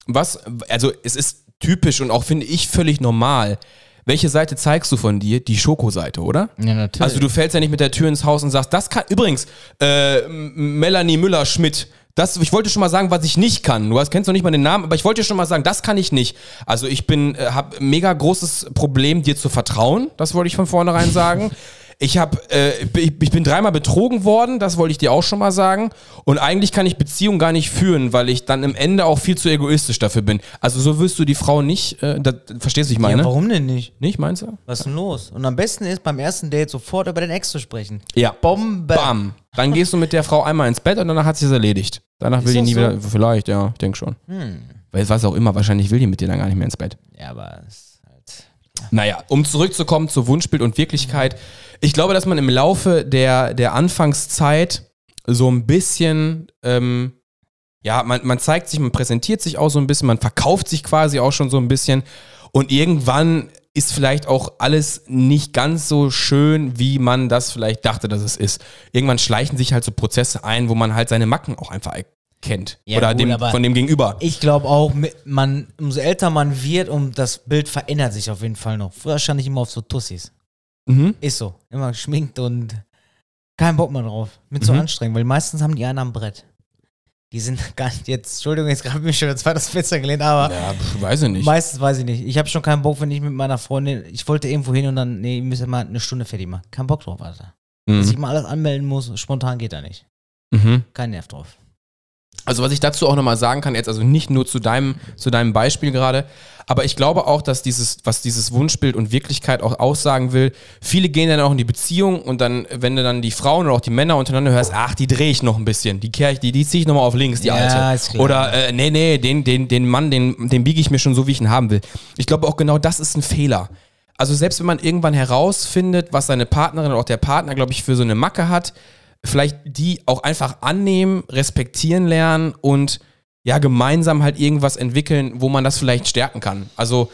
S3: Was, also es ist typisch und auch finde ich völlig normal. Welche Seite zeigst du von dir? Die Schokoseite, oder?
S4: ja, natürlich.
S3: Also du fällst ja nicht mit der Tür ins Haus und sagst, das kann, übrigens, äh, M- Melanie Müller-Schmidt, das, ich wollte schon mal sagen, was ich nicht kann. Du hast, kennst noch nicht mal den Namen, aber ich wollte schon mal sagen, das kann ich nicht. Also ich bin, äh, hab mega großes Problem, dir zu vertrauen. Das wollte ich von vornherein sagen. Ich hab, äh, ich, ich bin dreimal betrogen worden, das wollte ich dir auch schon mal sagen. Und eigentlich kann ich Beziehungen gar nicht führen, weil ich dann im Ende auch viel zu egoistisch dafür bin. Also so wirst du die Frau nicht, äh, das, verstehst du, wie ich meine?
S4: ja, warum denn nicht?
S3: Nicht, meinst du?
S4: Was ist denn los? Und am besten ist, beim ersten Date sofort über den Ex zu sprechen.
S3: Ja.
S4: Bombe.
S3: Bam. Dann gehst du mit der Frau einmal ins Bett und danach hat sie es erledigt. Danach will
S4: Ist
S3: die
S4: das
S3: nie
S4: so? Hm.
S3: wieder. Vielleicht, ja, ich denke schon. Weil was auch immer, wahrscheinlich will die mit dir dann gar nicht mehr ins Bett.
S4: Ja, aber es ist halt.
S3: Naja, um zurückzukommen zu Wunschbild und Wirklichkeit. Ich glaube, dass man im Laufe der, der Anfangszeit so ein bisschen, ähm, ja, man, man zeigt sich, man präsentiert sich auch so ein bisschen, man verkauft sich quasi auch schon so ein bisschen. Und irgendwann ist vielleicht auch alles nicht ganz so schön, wie man das vielleicht dachte, dass es ist. Irgendwann schleichen sich halt so Prozesse ein, wo man halt seine Macken auch einfach erkennt.
S4: Ja,
S3: Oder
S4: gut,
S3: dem,
S4: aber-
S3: von dem Gegenüber.
S4: Ich glaube auch, mit- man, umso älter man wird, um das Bild verändert sich auf jeden Fall noch. Früher stand ich immer auf so Tussis.
S3: Mhm.
S4: Ist so. Immer geschminkt und kein Bock mehr drauf. Mit so
S3: Mhm.
S4: anstrengend, weil meistens haben die einen am Brett. Die sind gar nicht jetzt, Entschuldigung, jetzt gerade mich schon das zweites Fenster gelehnt, aber
S3: Ja, pf, weiß ich nicht.
S4: meistens weiß ich nicht. Ich habe schon keinen Bock, wenn ich mit meiner Freundin, ich wollte irgendwo hin und dann, nee, ihr müsst mal eine Stunde fertig machen. Kein Bock drauf, Alter. Dass ich
S3: Mhm.
S4: mal alles anmelden muss, spontan geht da nicht.
S3: Mhm.
S4: Kein Nerv drauf.
S3: Also was ich dazu auch nochmal sagen kann, jetzt also nicht nur zu deinem, zu deinem Beispiel gerade, aber ich glaube auch, dass dieses, was dieses Wunschbild und Wirklichkeit auch aussagen will, viele gehen dann auch in die Beziehung und dann, wenn du dann die Frauen oder auch die Männer untereinander hörst, ach, die drehe ich noch ein bisschen, die kehr ich, die, die ziehe ich nochmal auf links, die
S4: Ja,
S3: alte.
S4: ist klar.
S3: Oder äh, nee, nee, den, den, den Mann, den, den biege ich mir schon so, wie ich ihn haben will. Ich glaube auch genau das ist ein Fehler. Also selbst wenn man irgendwann herausfindet, was seine Partnerin oder auch der Partner, glaube ich, für so eine Macke hat, vielleicht die auch einfach annehmen, respektieren lernen und ja, gemeinsam halt irgendwas entwickeln, wo man das vielleicht stärken kann. Also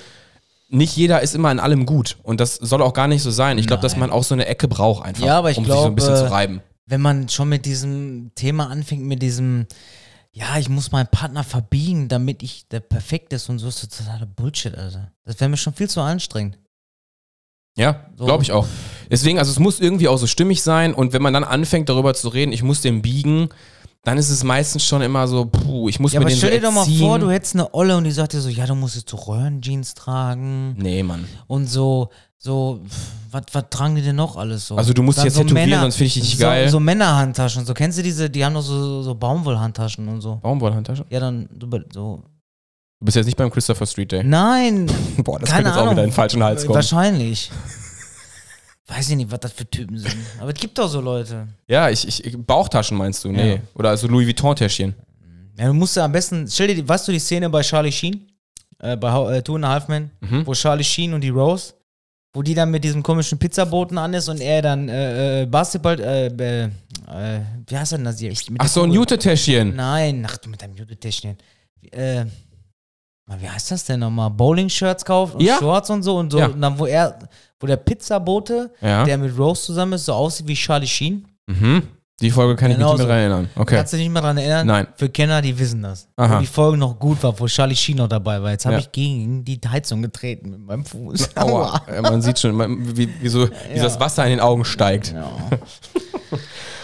S3: nicht jeder ist immer in allem gut und das soll auch gar nicht so sein. Ich glaube, dass man auch so eine Ecke braucht einfach,
S4: Ja, aber ich
S3: um sich so ein
S4: glaube,
S3: bisschen
S4: äh,
S3: zu reiben.
S4: wenn man schon mit diesem Thema anfängt, mit diesem, ja, ich muss meinen Partner verbiegen, damit ich der perfekt ist und so, ist das totaler Bullshit, Alter. Das wäre mir schon viel zu anstrengend.
S3: Ja,
S4: So.
S3: glaube ich auch. Deswegen, also es muss irgendwie auch so stimmig sein und wenn man dann anfängt darüber zu reden, ich muss den biegen, dann ist es meistens schon immer so, puh, ich muss
S4: Ja,
S3: mir
S4: aber
S3: den
S4: stell
S3: so
S4: dir doch mal
S3: erziehen.
S4: vor, du hättest eine Olle und die sagt dir so, ja, du musst jetzt so Röhrenjeans tragen
S3: Nee, Mann.
S4: und so, so, was tragen die denn noch alles so?
S3: Also du musst
S4: Dann
S3: jetzt tätowieren, sonst find ich dich nicht
S4: so,
S3: geil.
S4: So Männerhandtaschen, so kennst du diese, die haben doch so, so Baumwollhandtaschen und so.
S3: Baumwollhandtasche?
S4: Ja, dann so, so.
S3: Du bist jetzt nicht beim Christopher Street Day.
S4: Nein,
S3: Boah, das
S4: Keine
S3: könnte jetzt auch
S4: Ahnung. Äh,
S3: wieder in den falschen Hals kommen.
S4: Wahrscheinlich. Weiß ich nicht, was das für Typen sind. Aber es gibt doch so Leute.
S3: Ja, ich, ich, ich- Bauchtaschen meinst du, nee.
S4: Ja.
S3: Oder also Louis Vuitton-Täschchen.
S4: Ja, du musst ja am besten, stell dir, die- weißt du die Szene bei Charlie Sheen? Äh, bei How- äh, Two and a Half Men?
S3: Mhm.
S4: Wo Charlie Sheen und die Rose, wo die dann mit diesem komischen Pizzaboten an ist und er dann äh, äh, Basketball, äh, äh, äh, wie heißt er denn das hier? Ich- mit
S3: Ach
S4: der
S3: so, ein
S4: Kugel.
S3: Jute-Täschchen.
S4: Nein, ach du mit deinem Jute-Technik. Äh, Mann, wie heißt das denn nochmal? Bowling-Shirts kauft und
S3: Ja.
S4: Shorts und so und so.
S3: Ja.
S4: Und dann, wo er, wo der Pizzabote,
S3: Ja.
S4: der mit Rose zusammen ist, so aussieht wie Charlie Sheen.
S3: Mhm. Die Folge kann ich
S4: Genau
S3: mich nicht mehr
S4: so.
S3: erinnern. Okay.
S4: Kannst du dich nicht mal dran erinnern?
S3: Nein.
S4: Für Kenner, die wissen das.
S3: Aha.
S4: Wo die Folge noch gut war, wo Charlie Sheen noch dabei war. Jetzt habe
S3: Ja.
S4: ich gegen die Heizung getreten mit meinem Fuß.
S3: Aua. Ja, Man sieht schon, man- wie, wie, so, wie so das Wasser in den Augen steigt.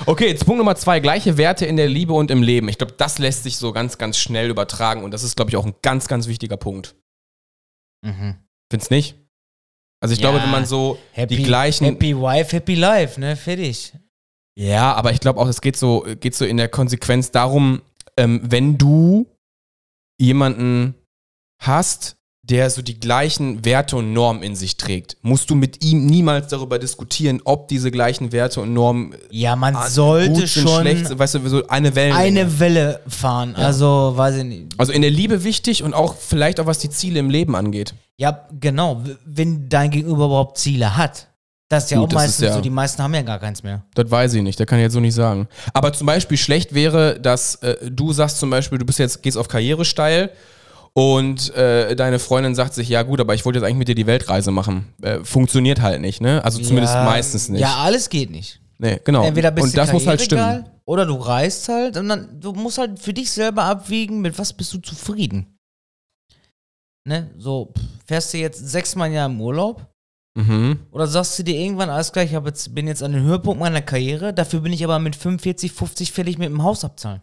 S3: Okay, jetzt Punkt Nummer zwei. Gleiche Werte in der Liebe und im Leben. Ich glaube, das lässt sich so ganz, ganz schnell übertragen. Und das ist, glaube ich, auch ein ganz, ganz wichtiger Punkt.
S4: Mhm.
S3: Findest nicht? Also ich
S4: Ja.
S3: glaube, wenn man so
S4: Happy,
S3: die gleichen...
S4: Happy Wife, Happy Life, ne? Fertig.
S3: Ja, aber ich glaube auch, es geht so, geht so in der Konsequenz darum, ähm, wenn du jemanden hast, der so die gleichen Werte und Normen in sich trägt, musst du mit ihm niemals darüber diskutieren, ob diese gleichen Werte und Normen
S4: Ja, man sollte
S3: Ah, gut sind,
S4: schon
S3: schlecht sind, weißt du, so eine Welle.
S4: eine Welle fahren. Also, weiß ich nicht.
S3: also in der Liebe wichtig und auch vielleicht auch was die Ziele im Leben angeht.
S4: Ja, genau. W- Wenn dein Gegenüber überhaupt Ziele hat. Das ist ja
S3: Gut,
S4: auch
S3: das ist
S4: meistens
S3: ja-
S4: so. Die meisten haben ja gar keins mehr.
S3: Das weiß ich nicht, das kann ich jetzt so nicht sagen. Aber zum Beispiel schlecht wäre, dass äh, du sagst zum Beispiel, du bist jetzt, gehst auf Karriere steil und äh, deine Freundin sagt sich, ja gut, aber ich wollte jetzt eigentlich mit dir die Weltreise machen. Äh, funktioniert halt nicht, ne? Also zumindest
S4: ja,
S3: meistens nicht.
S4: Ja, alles geht nicht.
S3: Nee, genau.
S4: Entweder bist
S3: und
S4: du
S3: das muss halt stimmen.
S4: karrieregeil Oder du reist halt und dann du musst halt für dich selber abwiegen, mit was bist du zufrieden. Ne? So, pff, fährst du jetzt sechsmal im Jahr im Urlaub?
S3: Mhm.
S4: Oder sagst du dir irgendwann, alles klar, ich hab jetzt, bin jetzt an den Höhepunkt meiner Karriere, dafür bin ich aber mit 45, 50 fertig mit dem Haus abzahlen.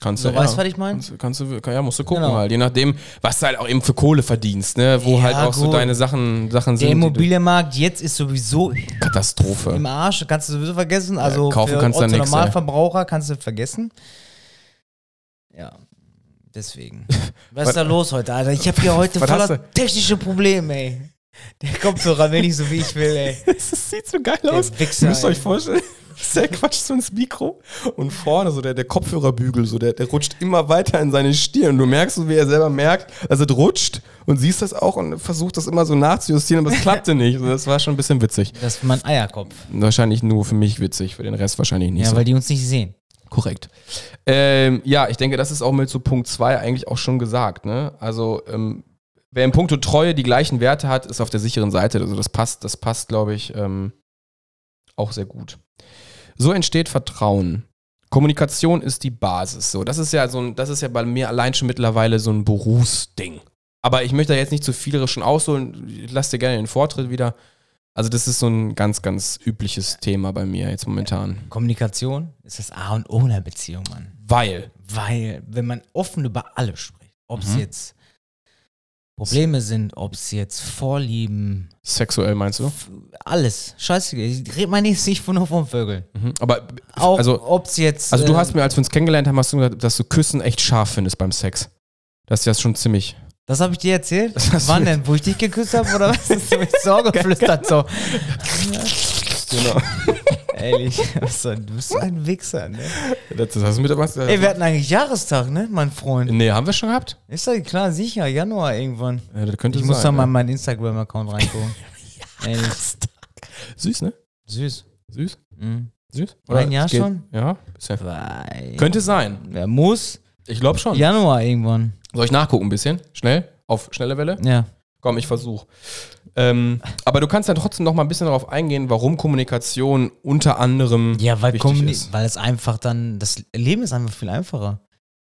S3: Kannst
S4: So,
S3: du,
S4: weißt du,
S3: ja.
S4: was ich meine?
S3: Kannst, kannst du, kann, ja, musst du gucken
S4: Genau.
S3: halt. Je nachdem, was du halt auch eben für Kohle verdienst, ne? Wo
S4: Ja,
S3: halt auch so
S4: gut.
S3: deine Sachen, Sachen
S4: Der
S3: sind. die du-
S4: Immobilienmarkt jetzt ist sowieso
S3: Katastrophe.
S4: im Arsch, kannst du sowieso vergessen. Also
S3: kaufen kannst du dann
S4: Otto
S3: nix, ey.
S4: Normalverbraucher kannst du vergessen. Ja, deswegen. Was ist da los heute, Alter? Ich habe hier heute
S3: Was hast
S4: voller technische Probleme, ey. Der Kopfhörer will nicht so, wie ich will, ey.
S3: Das sieht so geil aus.
S4: Wichser,
S3: Ihr müsst
S4: ey.
S3: euch vorstellen, der quatscht so ins Mikro und vorne so der, der Kopfhörerbügel, so der, der rutscht immer weiter in seine Stirn. Du merkst so, wie er selber merkt, dass es rutscht und siehst das auch und versucht das immer so nachzujustieren, aber es klappte nicht. Also das war schon ein bisschen witzig.
S4: Das ist mein Eierkopf.
S3: Wahrscheinlich nur für mich witzig, für den Rest wahrscheinlich nicht.
S4: Ja,
S3: so.
S4: weil die uns nicht sehen.
S3: Korrekt. Ähm, ja, ich denke, das ist auch mit so Punkt 2 eigentlich auch schon gesagt. Ne? Also, ähm, wer im Punkto Treue die gleichen Werte hat, ist auf der sicheren Seite. Also, das passt, das passt, glaube ich, ähm, auch sehr gut. So entsteht Vertrauen. Kommunikation ist die Basis. So, das ist ja so ein, das ist ja bei mir allein schon mittlerweile so ein Berufsding. Aber ich möchte da jetzt nicht zu viel schon ausholen. Ich Lass dir gerne den Vortritt wieder. Also, das ist so ein ganz, ganz übliches Thema bei mir jetzt momentan.
S4: Kommunikation ist das A und O in der Beziehung, Mann.
S3: Weil.
S4: Weil, wenn man offen über alles spricht, ob
S3: Mhm.
S4: es jetzt Probleme sind, ob es jetzt Vorlieben,
S3: Sexuell meinst du?
S4: f- alles, scheiße, ich rede mal jetzt nicht von nur von Vögeln.
S3: Mhm. Aber
S4: Auch
S3: also,
S4: ob es jetzt.
S3: also
S4: äh,
S3: du hast mir, als wir uns kennengelernt haben, hast du gesagt, dass du Küssen echt scharf findest beim Sex. Das ist ja schon ziemlich.
S4: Das habe ich dir erzählt?
S3: Das hast du
S4: Wann
S3: mir-
S4: denn? Wo ich dich geküsst habe oder was? Dass du mich so geflüstert so.
S3: Genau.
S4: Ehrlich, was soll- du bist so ein Wichser, ne?
S3: Das, das hast du mit dabei.
S4: Ey, wir hatten eigentlich Jahrestag, ne, mein Freund?
S3: nee, haben wir schon gehabt?
S4: Ist doch klar, sicher, Januar irgendwann.
S3: Ja, das könnte
S4: Ich muss da
S3: sein,
S4: mal in
S3: ja.
S4: meinen Instagram-Account reingucken. Ehrlich.
S3: Süß, ne?
S4: Süß.
S3: Süß?
S4: Mhm.
S3: Süß?
S4: Ein Jahr
S3: es geht-
S4: schon?
S3: Ja. Bisher.
S4: Weil-
S3: Könnte sein.
S4: Ja, muss
S3: Ich glaube schon.
S4: Januar irgendwann.
S3: Soll ich nachgucken ein bisschen? Schnell? Auf schnelle Welle?
S4: Ja.
S3: Komm, ich versuche. Ähm, aber du kannst ja trotzdem noch mal ein bisschen darauf eingehen, warum Kommunikation unter anderem
S4: Ja, weil,
S3: wichtig
S4: Kommuni-
S3: ist.
S4: weil es einfach dann, das Leben ist einfach viel einfacher.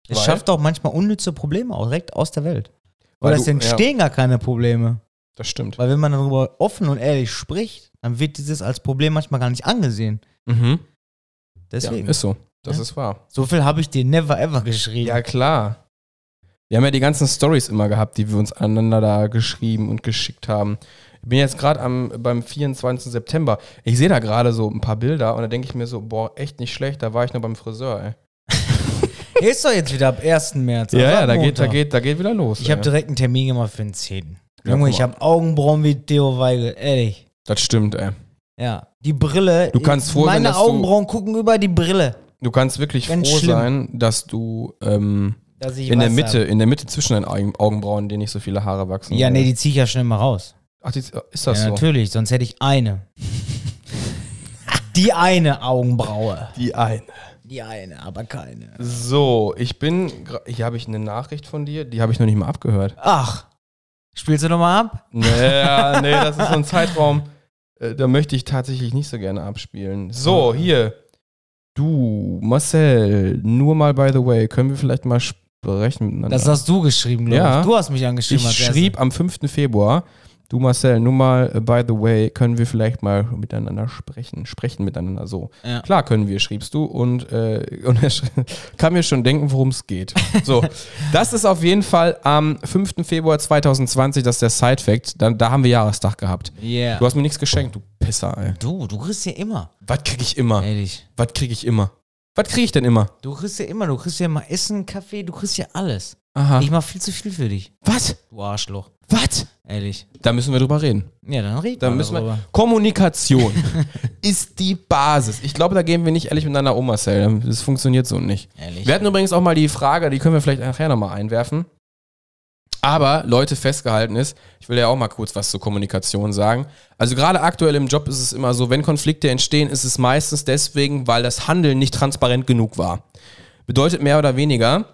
S4: Es
S3: Weil?
S4: schafft auch manchmal unnütze Probleme auch direkt aus der Welt. Weil,
S3: Weil
S4: es
S3: du-
S4: entstehen gar keine Probleme.
S3: Das stimmt.
S4: Weil wenn man darüber offen und ehrlich spricht, dann wird dieses als Problem manchmal gar nicht angesehen.
S3: Mhm. Ja,
S4: Deswegen.
S3: ist so. Das
S4: Ja.
S3: ist wahr.
S4: so viel habe ich dir never ever geschrieben.
S3: Ja, klar. Wir haben ja die ganzen Stories immer gehabt, die wir uns aneinander da geschrieben und geschickt haben. Ich bin jetzt gerade am- beim 24. September. Ich sehe da gerade so ein paar Bilder und da denke ich mir so, boah, echt nicht schlecht, da war ich nur beim Friseur, ey.
S4: Ist doch jetzt wieder ab 1. März.
S3: Ja,
S4: also
S3: ja,
S4: ab
S3: da geht, da,
S4: Montag.
S3: geht, da geht wieder los.
S4: Ich habe
S3: ey.
S4: direkt einen Termin gemacht für den 10.
S3: Ja,
S4: Junge,
S3: guck
S4: ich
S3: mal.
S4: habe Augenbrauen wie Theo Weigel, ehrlich.
S3: Das stimmt, ey.
S4: Ja, die Brille.
S3: Du kannst froh sein,
S4: Meine
S3: dass du-
S4: Augenbrauen gucken über die Brille.
S3: Du kannst wirklich
S4: Ganz
S3: froh
S4: schlimm.
S3: sein, dass du ähm,
S4: Dass ich
S3: in der
S4: was
S3: Mitte, in der Mitte zwischen deinen Augen- Augenbrauen dir nicht so viele Haare wachsen.
S4: Ja, nee, die ziehe ich ja schnell mal raus.
S3: Ach, die, ist
S4: Ja,
S3: Äh, das so?
S4: natürlich, sonst hätte ich eine. die eine Augenbraue.
S3: Die eine.
S4: Die eine, aber keine.
S3: So, ich bin. gra- Hier habe ich eine Nachricht von dir, die habe ich noch nicht mal abgehört.
S4: Ach, spielst du nochmal ab?
S3: Naja, nee, das ist so ein Zeitraum, äh, da möchte ich tatsächlich nicht so gerne abspielen. So, hier. Du, Marcel, nur mal by the way, können wir vielleicht mal sprechen miteinander?
S4: Das hast du geschrieben, glaube
S3: Ja.
S4: ich. Du hast mich angeschrieben.
S3: ich
S4: als Erster.
S3: schrieb am 5. Februar, du Marcel, nur mal, äh, by the way, können wir vielleicht mal miteinander sprechen, sprechen miteinander so.
S4: Ja.
S3: Klar können wir, schriebst du und, äh, und er schrie- kann mir schon denken, worum es geht. So, das ist auf jeden Fall am 5. Februar 2020, das ist der Side-Fact, da, da haben wir Jahrestag gehabt.
S4: Yeah.
S3: Du hast mir nichts geschenkt, du Pisser, ey.
S4: Du, du kriegst ja immer.
S3: Was krieg ich immer?
S4: Ehrlich.
S3: Was krieg ich immer? Was krieg ich denn immer?
S4: Du kriegst ja immer. Du kriegst ja mal Essen, Kaffee, du kriegst ja alles.
S3: Aha.
S4: Ich mach viel zu viel für dich.
S3: Was?
S4: Du Arschloch.
S3: Was?
S4: Ehrlich.
S3: Da müssen wir drüber reden.
S4: Ja, dann reden
S3: Da müssen wir, Kommunikation ist die Basis. Ich glaube, da gehen wir nicht ehrlich miteinander um, Marcel. Das funktioniert so nicht.
S4: Ehrlich.
S3: Wir hatten übrigens auch mal die Frage, die können wir vielleicht nachher nochmal einwerfen. Aber Leute, festgehalten ist, ich will ja auch mal kurz was zur Kommunikation sagen. Also gerade aktuell im Job ist es immer so, wenn Konflikte entstehen, ist es meistens deswegen, weil das Handeln nicht transparent genug war. Bedeutet mehr oder weniger,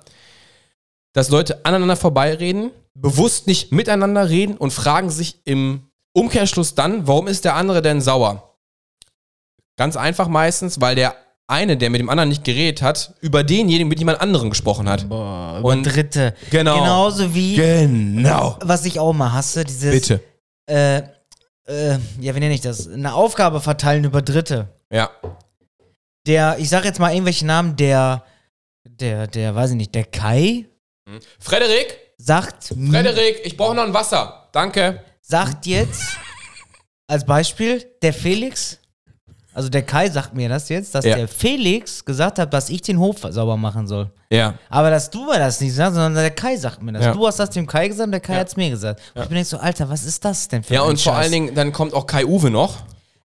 S3: dass Leute aneinander vorbeireden, bewusst nicht miteinander reden und fragen sich im Umkehrschluss dann, warum ist der andere denn sauer? Ganz einfach meistens, weil der eine, der mit dem anderen nicht geredet hat, über denjenigen mit jemand anderem gesprochen hat.
S4: Boah, über
S3: Und-
S4: Dritte.
S3: Genau.
S4: Genauso wie,
S2: Genau.
S4: was ich auch mal hasse, dieses...
S3: Bitte.
S4: Äh, äh, ja, wie nenne ich das? Eine Aufgabe verteilen über Dritte.
S3: Ja.
S4: Der, ich sag jetzt mal irgendwelche Namen, der, der, der, weiß ich nicht, der Kai
S3: Frederik,
S4: sagt, m-
S3: Frederik, ich brauche noch ein Wasser. Danke.
S4: sagt jetzt, als Beispiel, der Felix, also der Kai sagt mir das jetzt, dass
S3: Ja.
S4: der Felix gesagt hat, dass ich den Hof sauber machen soll.
S3: Ja.
S4: Aber dass du mir das nicht sagst, sondern der Kai sagt mir das.
S3: Ja.
S4: Du hast das dem Kai gesagt und der Kai hat's mir gesagt. Und ich bin denk so, Alter, was ist das denn für
S3: Ja,
S4: ein
S3: und vor
S4: Scheiß?
S3: allen Dingen, dann kommt auch Kai-Uwe noch.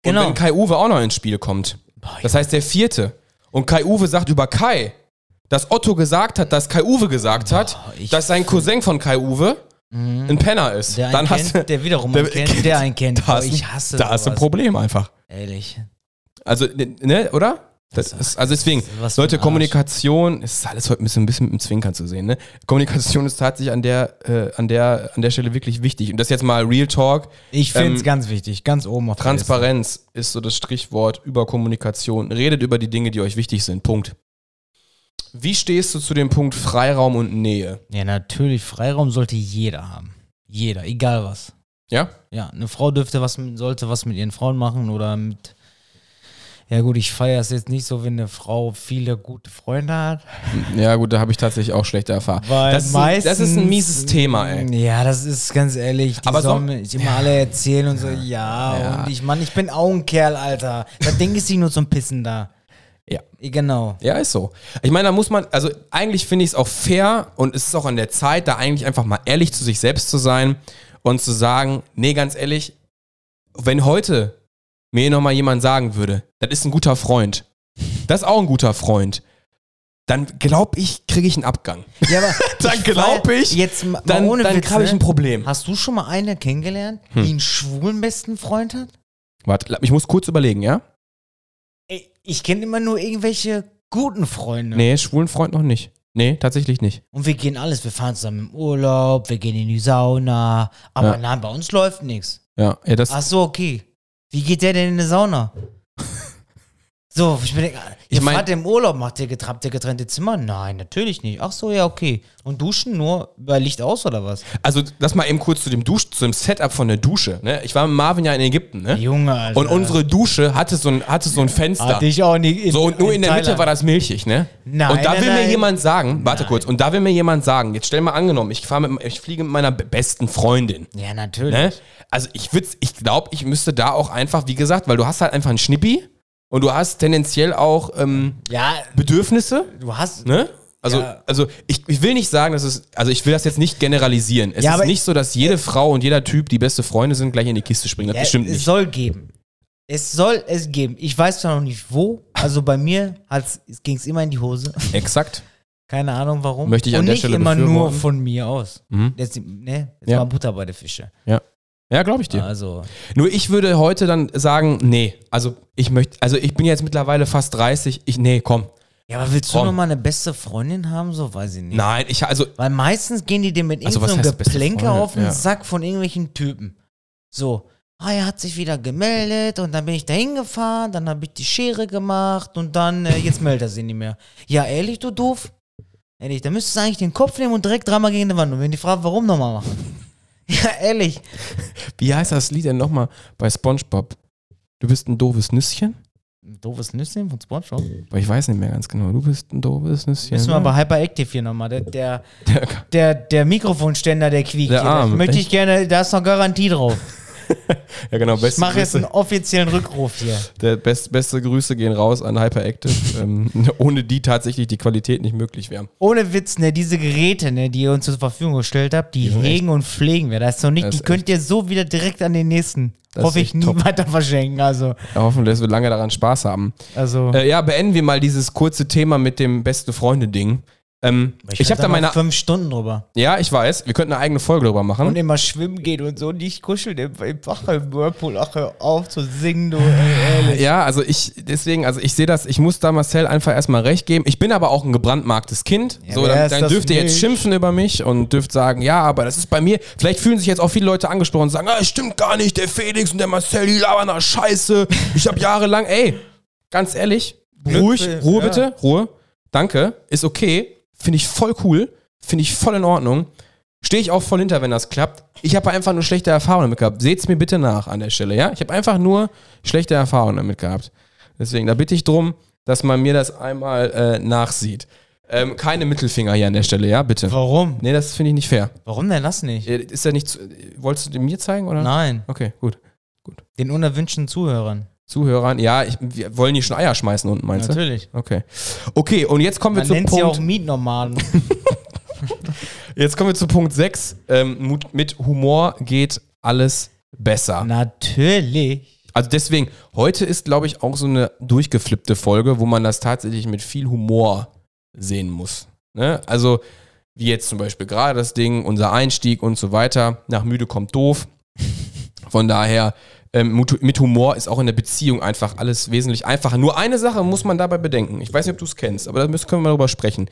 S4: Genau.
S3: Und wenn Kai-Uwe auch noch ins Spiel kommt.
S4: Ah,
S3: Das heißt, der vierte. Und Kai-Uwe sagt über Kai, dass Otto gesagt hat, dass Kai-Uwe gesagt hat,
S4: Ah, ich- Mhm.
S3: dass sein Cousin von Kai-Uwe ein Penner ist.
S4: Der einen
S3: dann
S4: kennt,
S3: hast du,
S4: der wiederum
S3: der
S4: einen kennt, der einen kennt.
S3: da
S4: Boah,
S3: hast,
S4: ich hasse
S3: Da hast du ein
S4: sowas.
S3: Problem einfach.
S4: Ehrlich.
S3: Also, ne, ne, oder? Das ist, also deswegen,
S4: was für ein
S3: Leute,
S4: Arsch.
S3: Kommunikation, es ist alles heute ein bisschen, ein bisschen mit dem Zwinkern zu sehen, ne? Kommunikation ist tatsächlich an der, äh, an der, an der Stelle wirklich wichtig. Und das jetzt mal Real Talk.
S4: Ich finde es
S3: Ähm,
S4: ganz wichtig, ganz oben auf der
S3: Transparenz ist so das Strichwort über Kommunikation. Redet über die Dinge, die euch wichtig sind. Punkt. Wie stehst du zu dem Punkt Freiraum und Nähe?
S4: Liste. Ja, natürlich, Freiraum sollte jeder haben. Jeder, egal was.
S3: Ja?
S4: Ja, eine Frau dürfte was, mit- sollte was mit ihren Frauen machen oder mit. Ja, gut, ich feiere es jetzt nicht so, wenn eine Frau viele gute Freunde hat.
S3: Ja, gut, da habe ich tatsächlich auch schlechte Erfahrungen.
S4: Weil
S3: Das ist, ein, das ist ein mieses Thema, ey.
S4: Ja, das ist ganz ehrlich. Die
S3: Aber so-
S4: sollen mir nicht immer alle erzählen und so, ja,
S3: Ja.
S4: und ich, Mann, ich bin auch ein Kerl, Alter. Das Ding ist nicht nur zum Pissen da.
S3: Ja.
S4: Genau.
S3: Ja, ist so. Ich meine, da muss man, also eigentlich finde ich es auch fair und es ist auch an der Zeit, da eigentlich einfach mal ehrlich zu sich selbst zu sein und zu sagen, nee, ganz ehrlich, wenn heute mir nochmal jemand sagen würde, das ist ein guter Freund, das ist auch ein guter Freund, dann glaube ich, kriege ich einen Abgang.
S4: Ja, aber
S3: Dann glaub
S4: feier-
S3: ich,
S4: Jetzt ma- mal
S3: Dann,
S4: ohne
S3: dann
S4: Witz,
S3: habe ich
S4: ne?
S3: ein Problem.
S4: Hast du schon mal eine kennengelernt,
S3: Hm.
S4: die einen schwulen besten Freund hat?
S3: Warte, ich muss kurz überlegen, ja?
S4: Ey, Ich kenne immer nur irgendwelche guten Freunde.
S3: Nee, schwulen Freund noch nicht. Nee, tatsächlich nicht.
S4: Und wir gehen alles. Wir fahren zusammen im Urlaub, wir gehen in die Sauna. Aber
S3: Ja.
S4: nein, bei uns läuft nichts.
S3: Ja, ja das,
S4: Ach so, okay. Wie geht der denn in die Sauna? so, ich bin. Ihr
S3: Ich mein-
S4: fahrt im Urlaub, macht ihr getrappt, ihr getrennte Zimmer? Nein, natürlich nicht. Ach so, ja, okay. Und duschen nur bei Licht aus oder was?
S3: also das mal eben kurz zu dem Dusch, zu dem Setup von der Dusche. Ne? Ich war mit Marvin ja in Ägypten, ne?
S4: Junge, Alter.
S3: Und unsere Dusche hatte so ein, hatte so ein Fenster.
S4: Hatte ich auch nicht. Ah, in-
S3: So, und nur in, der Mitte
S4: Thailand.
S3: war das milchig, ne?
S4: Nein,
S3: und da
S4: nein,
S3: will mir
S4: nein.
S3: jemand sagen, warte kurz, und da will mir jemand sagen, jetzt stell mal angenommen, ich, fahr mit, ich fliege mit meiner be- besten Freundin.
S4: Ja, natürlich.
S3: Ne? Also ich würde, ich glaube, ich müsste da auch einfach, wie gesagt, weil du hast halt einfach einen Schnippi und du hast tendenziell auch ähm,
S4: Ja,
S3: Bedürfnisse,
S4: du hast.
S3: ne? Also,
S4: Ja.
S3: also ich, ich will nicht sagen, dass es, also ich will das jetzt nicht generalisieren. Es
S4: Ja,
S3: ist
S4: aber- äh,
S3: nicht so, dass jede Frau und jeder Typ, die beste Freunde sind, gleich in die Kiste springen. Das
S4: Ja,
S3: bestimmt
S4: es
S3: nicht.
S4: soll geben. Es soll es geben. Ich weiß zwar noch nicht wo. Also bei mir ging es immer in die Hose.
S3: Exakt.
S4: Keine Ahnung warum.
S3: Möchte ich
S4: Und
S3: an der
S4: nicht
S3: Stelle
S4: immer nur
S3: befürworten.
S4: von mir aus.
S3: Mhm.
S4: Jetzt, ne, jetzt
S3: Ja.
S4: mal Butter bei der Fische.
S3: Ja, glaube ich dir.
S4: Also,
S3: Nur ich würde heute dann sagen, nee, also ich möchte, also ich bin jetzt mittlerweile fast 30, ich, nee, komm.
S4: ja, aber willst
S3: Komm.
S4: du noch mal eine beste Freundin haben? So weiß ich nicht.
S3: Nein, ich, also,
S4: Weil meistens gehen die dir mit
S3: Also, was
S4: irgendeinem
S3: heißt beste
S4: Geplänke
S3: Freundin?
S4: auf den
S3: Ja.
S4: Sack von irgendwelchen Typen. So, ah, er hat sich wieder gemeldet und dann bin ich da hingefahren, dann habe ich die Schere gemacht und dann, äh, jetzt meldet er sich nicht mehr. Ja, ehrlich, du doof? Ehrlich, da müsstest du eigentlich den Kopf nehmen und direkt dreimal gegen die Wand. Und wenn die fragen, warum nochmal machen? ja, ehrlich.
S3: wie heißt das Lied denn nochmal bei Spongebob? Du bist ein doofes Nüsschen?
S4: Ein doofes Nüsschen von Spongebob.
S3: Weil ich weiß nicht mehr ganz genau. Du bist ein doofes Nüsschen.
S4: Müssen wir bei Hyperactive hier nochmal. Der, der,
S3: ne? Der-
S4: der, der Mikrofonständer, der quiekt.
S3: Der
S4: hier, da
S3: Arm,
S4: möchte ich
S3: echt?
S4: gerne, da ist noch Garantie drauf.
S3: ja, genau.
S4: Ich
S3: Beste,
S4: mache jetzt einen
S3: Grüße,
S4: offiziellen Rückruf hier.
S3: der best, beste Grüße gehen raus an Hyperactive, ähm, ohne die tatsächlich die Qualität nicht möglich wäre.
S4: Ohne Witz, ne, diese Geräte, ne, die ihr uns zur Verfügung gestellt habt, die, hegen und pflegen wir. Das ist noch nicht,
S3: Das
S4: die
S3: ist
S4: könnt ihr so wieder direkt an den nächsten.
S3: Das
S4: hoffe
S3: ist
S4: ich
S3: echt
S4: nie
S3: top.
S4: weiter verschenken. Also,
S3: Ja, hoffentlich, dass wir lange daran Spaß haben.
S4: also.
S3: Äh, ja, beenden wir mal dieses kurze Thema mit dem beste Freunde-Ding. Ähm, ich habe da meine.
S4: fünf Stunden drüber.
S3: Ja, ich weiß. Wir könnten eine eigene Folge darüber machen.
S4: Und immer schwimmen gehen und so nicht kuscheln im, im Bach, im Whirlpool. Ach, hör auf zu singen, du, ey, ehrlich.
S3: Ja, also ich, deswegen, also ich sehe das, ich muss da Marcel einfach erstmal recht geben. Ich bin aber auch ein gebrandmarktes Kind.
S4: Ja,
S3: so,
S4: wer
S3: dann,
S4: ist
S3: dann
S4: das
S3: dürft ihr jetzt
S4: nicht?
S3: schimpfen über mich und dürft sagen, ja, aber das ist bei mir. Vielleicht fühlen sich jetzt auch viele Leute angesprochen und sagen, ah, es stimmt gar nicht, der Felix und der Marcel, die labern da Scheiße. Ich habe jahrelang, ey, ganz ehrlich, ruhig,
S4: für-
S3: Ruhe
S4: ja.
S3: bitte, Ruhe. Danke, ist okay. Finde ich voll cool. Finde ich voll in Ordnung. Stehe ich auch voll hinter, wenn das klappt. Ich habe einfach nur schlechte Erfahrungen damit gehabt. Seht's mir bitte nach an der Stelle, ja? Ich habe einfach nur schlechte Erfahrungen damit gehabt. Deswegen, da bitte ich drum, dass man mir das einmal äh, nachsieht. Ähm, keine Mittelfinger hier an der Stelle, ja? Bitte.
S4: Warum?
S3: Nee, das finde ich nicht fair.
S4: Warum denn das nicht?
S3: Äh, Ist ja nicht. Zu, äh, wolltest du den mir zeigen, oder?
S4: Nein,
S3: Okay, gut.
S4: den unerwünschten Zuhörern.
S3: Zuhörern, ja, ich, wir wollen die schon Eier schmeißen unten, meinst du?
S4: Natürlich.
S3: Okay. Okay, und jetzt kommen wir
S4: Man
S3: zu
S4: nennt sie auch
S3: Punkt.
S4: Mietnomaden.
S3: Jetzt kommen wir zu Punkt 6. Ähm, Mut- mit Humor geht alles besser.
S4: Natürlich.
S3: Also deswegen, heute ist, glaube ich, auch so eine durchgeflippte Folge, wo man das tatsächlich mit viel Humor sehen muss. Ne? Also, wie jetzt zum Beispiel gerade das Ding, unser Einstieg und so weiter. Nach müde kommt doof. Von daher, ähm, mut- mit Humor ist auch in der Beziehung einfach alles wesentlich einfacher. Nur eine Sache muss man dabei bedenken. Ich weiß nicht, ob du es kennst, aber da müssen, können wir mal drüber sprechen.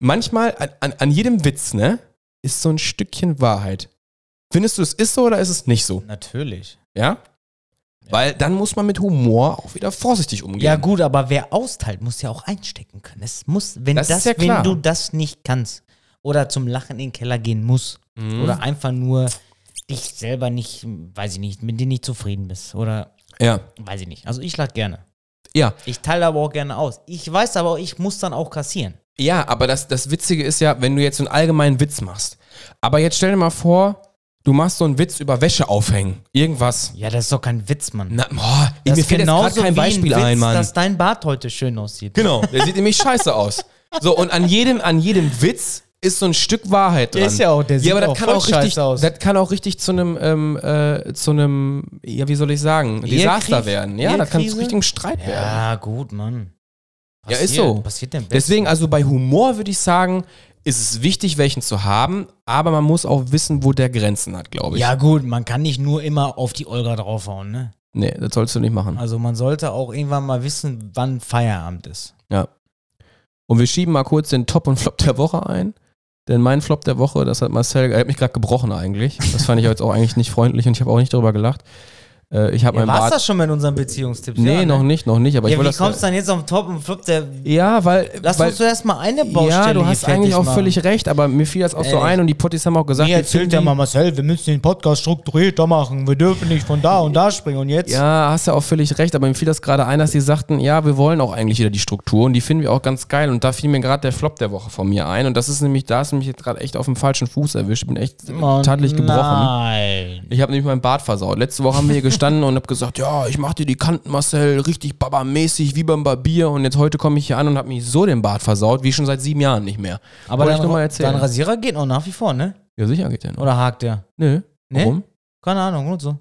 S3: Manchmal, an, an, an jedem Witz, ne, ist so ein Stückchen Wahrheit. Findest du, es ist so oder ist es nicht so?
S4: Natürlich.
S3: Ja? Weil dann muss man mit Humor auch wieder vorsichtig umgehen.
S4: Ja gut, aber wer austeilt, muss ja auch einstecken können. Es muss, wenn
S3: Das
S4: das,
S3: ist ja klar.
S4: wenn du das nicht kannst oder zum Lachen in den Keller gehen musst
S3: Mhm.
S4: oder einfach nur dich selber nicht, weiß ich nicht, mit dir nicht zufrieden bist oder
S3: Ja.
S4: weiß ich nicht. Also ich lach gerne.
S3: Ja.
S4: Ich teile aber auch gerne aus. Ich weiß aber, auch, ich muss dann auch kassieren.
S3: Ja, aber das, das Witzige ist ja, wenn du jetzt so einen allgemeinen Witz machst. Aber jetzt stell dir mal vor, du machst so einen Witz über Wäsche aufhängen. Irgendwas.
S4: Ja, das ist doch kein Witz, Mann.
S3: Na, boah,
S4: das
S3: mir
S4: ist
S3: fällt jetzt gerade
S4: genauso
S3: kein
S4: wie ein
S3: Beispiel
S4: Witz,
S3: ein, Mann.
S4: dass dein Bart heute schön aussieht.
S3: genau. Der sieht nämlich scheiße aus. So, und an jedem, an jedem Witz ist so ein Stück Wahrheit dran.
S4: Der ist ja auch- der sieht
S3: das
S4: auch
S3: kann
S4: voll
S3: auch richtig,
S4: scheiße aus.
S3: Das kann auch richtig zu einem, ähm, äh, zu einem, ja, wie soll ich sagen,
S4: Ehekrieg?
S3: Desaster werden. Ja, das kann zu
S4: Ehekrise?
S3: richtigem Streit werden.
S4: Ja, gut, Mann.
S3: Ja, ist so.
S4: Passiert denn
S3: Deswegen, also bei Humor würde ich sagen, ist es wichtig, welchen zu haben, aber man muss auch wissen, wo der Grenzen hat, glaube ich.
S4: Ja, gut, man kann nicht nur immer auf die Olga draufhauen, ne?
S3: Nee, das sollst du nicht machen.
S4: Also man sollte auch irgendwann mal wissen, wann Feierabend ist.
S3: Ja. Und wir schieben mal kurz den Top und Flop der Woche ein. Denn mein Flop der Woche, das hat Marcel, er hat mich gerade gebrochen eigentlich. Das fand ich jetzt auch eigentlich nicht freundlich und ich habe auch nicht darüber gelacht. Äh, ich habe
S4: Ja,
S3: mein
S4: war's
S3: Bart.
S4: das schon mit unseren Beziehungstipps?
S3: Nee,
S4: ja, ne?
S3: noch nicht, noch nicht. Aber ich
S4: Ja,
S3: wollte
S4: wie
S3: das.
S4: kommst du dann jetzt auf den Top und Flop der...
S3: ja, weil.
S4: Lass
S3: weil,
S4: uns zuerst mal eine Baustelle
S3: ja, du
S4: hier
S3: hast
S4: fertig
S3: eigentlich auch
S4: machen.
S3: völlig recht, aber mir fiel das auch so
S4: Ey.
S3: ein und die Potties haben auch gesagt,
S4: Mir
S3: die
S4: erzählt
S3: finden
S4: der
S3: die-
S4: Mama Marcel, wir müssen den Podcast strukturierter machen. Wir dürfen nicht von da und da springen. Und jetzt?
S3: Ja, hast ja auch völlig recht, aber mir fiel das gerade ein, dass sie sagten, ja, wir wollen auch eigentlich wieder die Struktur und die finden wir auch ganz geil. Und da fiel mir gerade der Flop der Woche von mir ein. Und das ist nämlich, da ist mich jetzt gerade echt auf dem falschen Fuß erwischt. Ich bin echt
S4: Oh,
S3: tatlich gebrochen. ne?
S4: Nein.
S3: Ich habe nämlich mein Bart versaut. Letzte Woche haben wir hier gestanden und habe gesagt, ja, ich mache dir die Kanten, Marcel, richtig babamäßig, wie beim Barbier. Und jetzt heute komme ich hier an und habe mich so den Bart versaut, wie schon seit sieben Jahren nicht mehr.
S4: Aber
S3: Wollte ich
S4: dein,
S3: noch mal
S4: Ra-
S3: erzählen.
S4: dein Rasierer geht noch nach wie vor, ne?
S3: ja, sicher geht der noch.
S4: Oder hakt der?
S3: Nö.
S4: Nee?
S3: Warum?
S4: Keine Ahnung, und so.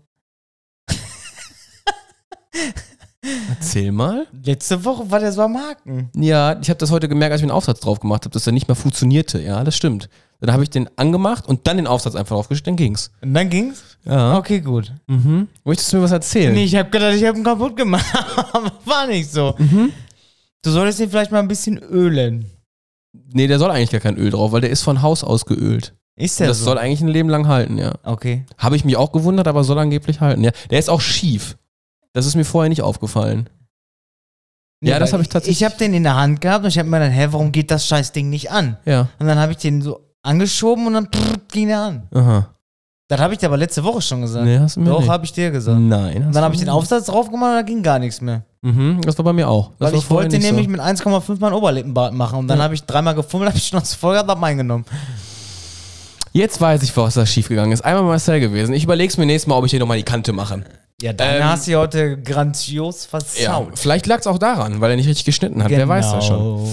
S3: Erzähl mal.
S4: Letzte Woche war der so am Haken.
S3: Ja, ich habe das heute gemerkt, als ich den Aufsatz drauf gemacht habe, dass der nicht mehr funktionierte. Ja, das stimmt. Dann habe ich den angemacht und dann den Aufsatz einfach draufgestellt, dann ging's.
S4: Und dann ging's?
S3: Ja.
S4: Okay, gut.
S3: Mhm. Möchtest du mir was erzählen?
S4: Nee, ich hab gedacht, ich hab ihn kaputt gemacht. Aber war nicht so. Du solltest ihn vielleicht mal ein bisschen ölen.
S3: Nee, der soll eigentlich gar kein Öl drauf, weil der ist von Haus aus geölt.
S4: Ist der
S3: Das
S4: so?
S3: soll eigentlich ein Leben lang halten, ja.
S4: okay.
S3: Habe ich mich auch gewundert, aber soll angeblich halten. Ja, der ist auch schief. Das ist mir vorher nicht aufgefallen. Ja, das
S4: weil
S3: hab ich tatsächlich-
S4: Ich hab den in der Hand gehabt und ich hab mir dann, hä, warum geht das scheiß Ding nicht an?
S3: Ja.
S4: Und dann hab ich den so angeschoben und dann prrrt, ging er an.
S3: Aha.
S4: Das hab ich dir aber letzte Woche schon gesagt.
S3: Nee, hast du mir
S4: Doch,
S3: nicht. Hm.
S4: hab ich dir gesagt.
S3: Nein.
S4: Und
S3: hast du
S4: dann hab ich den
S3: mir-
S4: Aufsatz drauf gemacht und da ging gar nichts mehr.
S3: Mhm, das war bei mir auch. Das
S4: Weil
S3: war
S4: ich
S3: vorher
S4: wollte
S3: nicht
S4: nämlich mit 1,5 mal einen Oberlippenbart machen und dann hab habe ich dreimal gefummelt, habe ich Schnauze voll gehabt, hab meinen genommen.
S3: Jetzt weiß ich, was da schiefgegangen ist. Einmal Marcel gewesen. Ich überleg's mir nächstes Mal, ob ich hier nochmal die Kante mache.
S4: Ja, dann
S3: Ähm,
S4: hast du ja heute grandios
S3: Ja.
S4: versaut.
S3: Vielleicht lag's auch daran, weil er nicht richtig geschnitten hat. Wer weiß das schon.
S4: Genau.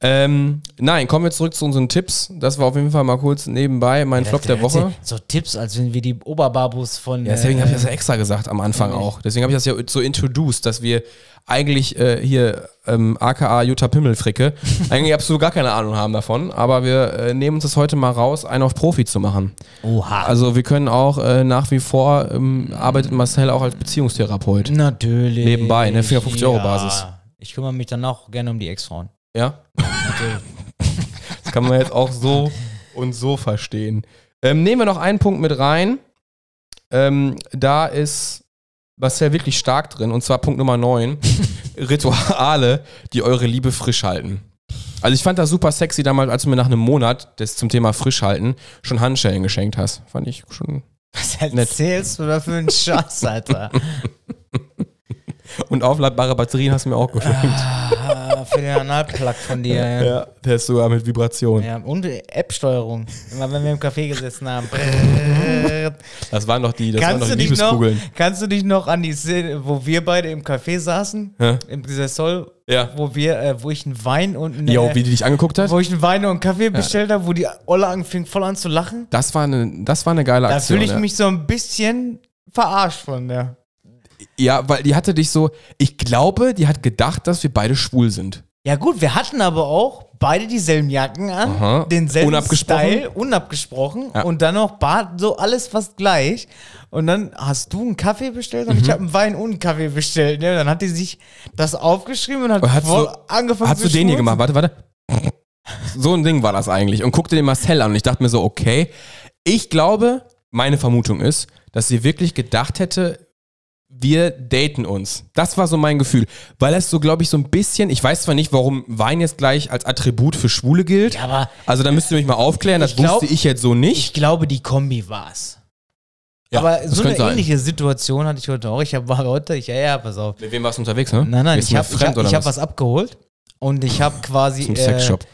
S3: Ähm, nein, kommen wir zurück zu unseren Tipps. Das war auf jeden Fall mal kurz nebenbei mein Flop der Woche.
S4: So Tipps, als wenn wir die Oberbabus von.
S3: Ja, deswegen
S4: äh,
S3: habe ich das ja extra gesagt am Anfang auch. Deswegen habe ich das ja so introduced, dass wir eigentlich äh, hier ähm, aka Jutta Pimmelfricke eigentlich absolut gar keine Ahnung haben davon, aber wir äh, nehmen uns das heute mal raus, einen auf Profi zu machen.
S4: äh, Oha.
S3: Also wir können auch äh, nach wie vor ähm, arbeitet Marcel auch als Beziehungstherapeut.
S4: Natürlich.
S3: Nebenbei, ne, 450 Euro Basis.
S4: Ich kümmere mich dann auch gerne um die Ex-Frauen.
S3: Ja? das kann man jetzt auch so und so verstehen. Ähm, nehmen wir noch einen Punkt mit rein. Ähm, da ist Marcel wirklich stark drin, und zwar Punkt Nummer 9. Rituale, die eure Liebe frisch halten. Also ich fand das super sexy damals, als du mir nach einem Monat des zum Thema frisch halten schon Handschellen geschenkt hast. Fand ich schon.
S4: Was erzählst du da für einen Schatz, Alter?
S3: Und aufladbare Batterien hast du mir auch geschenkt.
S4: ah, für den Analplug von dir, ja.
S3: Ja, der ist sogar mit Vibration.
S4: Ja, und App-Steuerung. Immer wenn wir im Café gesessen haben. Brrrr.
S3: Das waren doch die, das
S4: kannst, du
S3: waren doch die
S4: dich noch,
S3: Liebeskugeln.
S4: kannst du dich noch an die Szene, wo wir beide im Café saßen?
S3: Hä?
S4: Im Sessol?
S3: Ja.
S4: Wo, wir, äh, wo ich einen Wein und einen,
S3: Jo,
S4: äh,
S3: wie die dich angeguckt hat?
S4: wo ich einen Wein und einen Kaffee bestellt habe, wo die Olle anfing voll an zu lachen.
S3: Das war eine, das war eine geile
S4: Da
S3: Aktion.
S4: fühle ich
S3: ja.
S4: mich so ein bisschen verarscht von der.
S3: ja, weil die hatte dich so, ich glaube, die hat gedacht, dass wir beide schwul sind.
S4: Ja gut, wir hatten aber auch beide dieselben Jacken an,
S3: Aha.
S4: denselben
S3: Unabgesprochen?
S4: Style, unabgesprochen
S3: Ja.
S4: und dann noch Bart, so alles fast gleich. Und dann hast du einen Kaffee bestellt und
S3: Mhm.
S4: ich habe einen Wein und einen Kaffee bestellt. Ne? Dann hat die sich das aufgeschrieben und hat,
S3: Hat
S4: voll
S3: so-
S4: angefangen
S3: Hast du den hier gemacht?
S4: schmutzen.
S3: Warte, warte. So ein Ding war das eigentlich. Und guckte den Marcel an und ich dachte mir so, okay, ich glaube, meine Vermutung ist, dass sie wirklich gedacht hätte, wir daten uns. Das war so mein Gefühl. Weil es so, glaube ich, so ein bisschen, ich weiß zwar nicht, warum Wein jetzt gleich als Attribut für Schwule gilt.
S4: Ja, aber
S3: also da müsst ihr mich mal aufklären, das
S4: Ich glaub-
S3: wusste ich jetzt so nicht.
S4: ich glaube, die Kombi war's.
S3: Ja,
S4: aber
S3: das
S4: so eine
S3: könnte sein.
S4: ähnliche Situation hatte ich heute auch. Ich hab, war heute, ich, ja, ja, pass auf.
S3: Mit wem warst du unterwegs, ne?
S4: Nein, nein,
S3: Bist
S4: ich
S3: du
S4: habe
S3: mit
S4: ich hab,
S3: oder
S4: ich hab
S3: was?
S4: was abgeholt und ich habe quasi...
S3: Zum
S4: äh,
S3: Sexshop.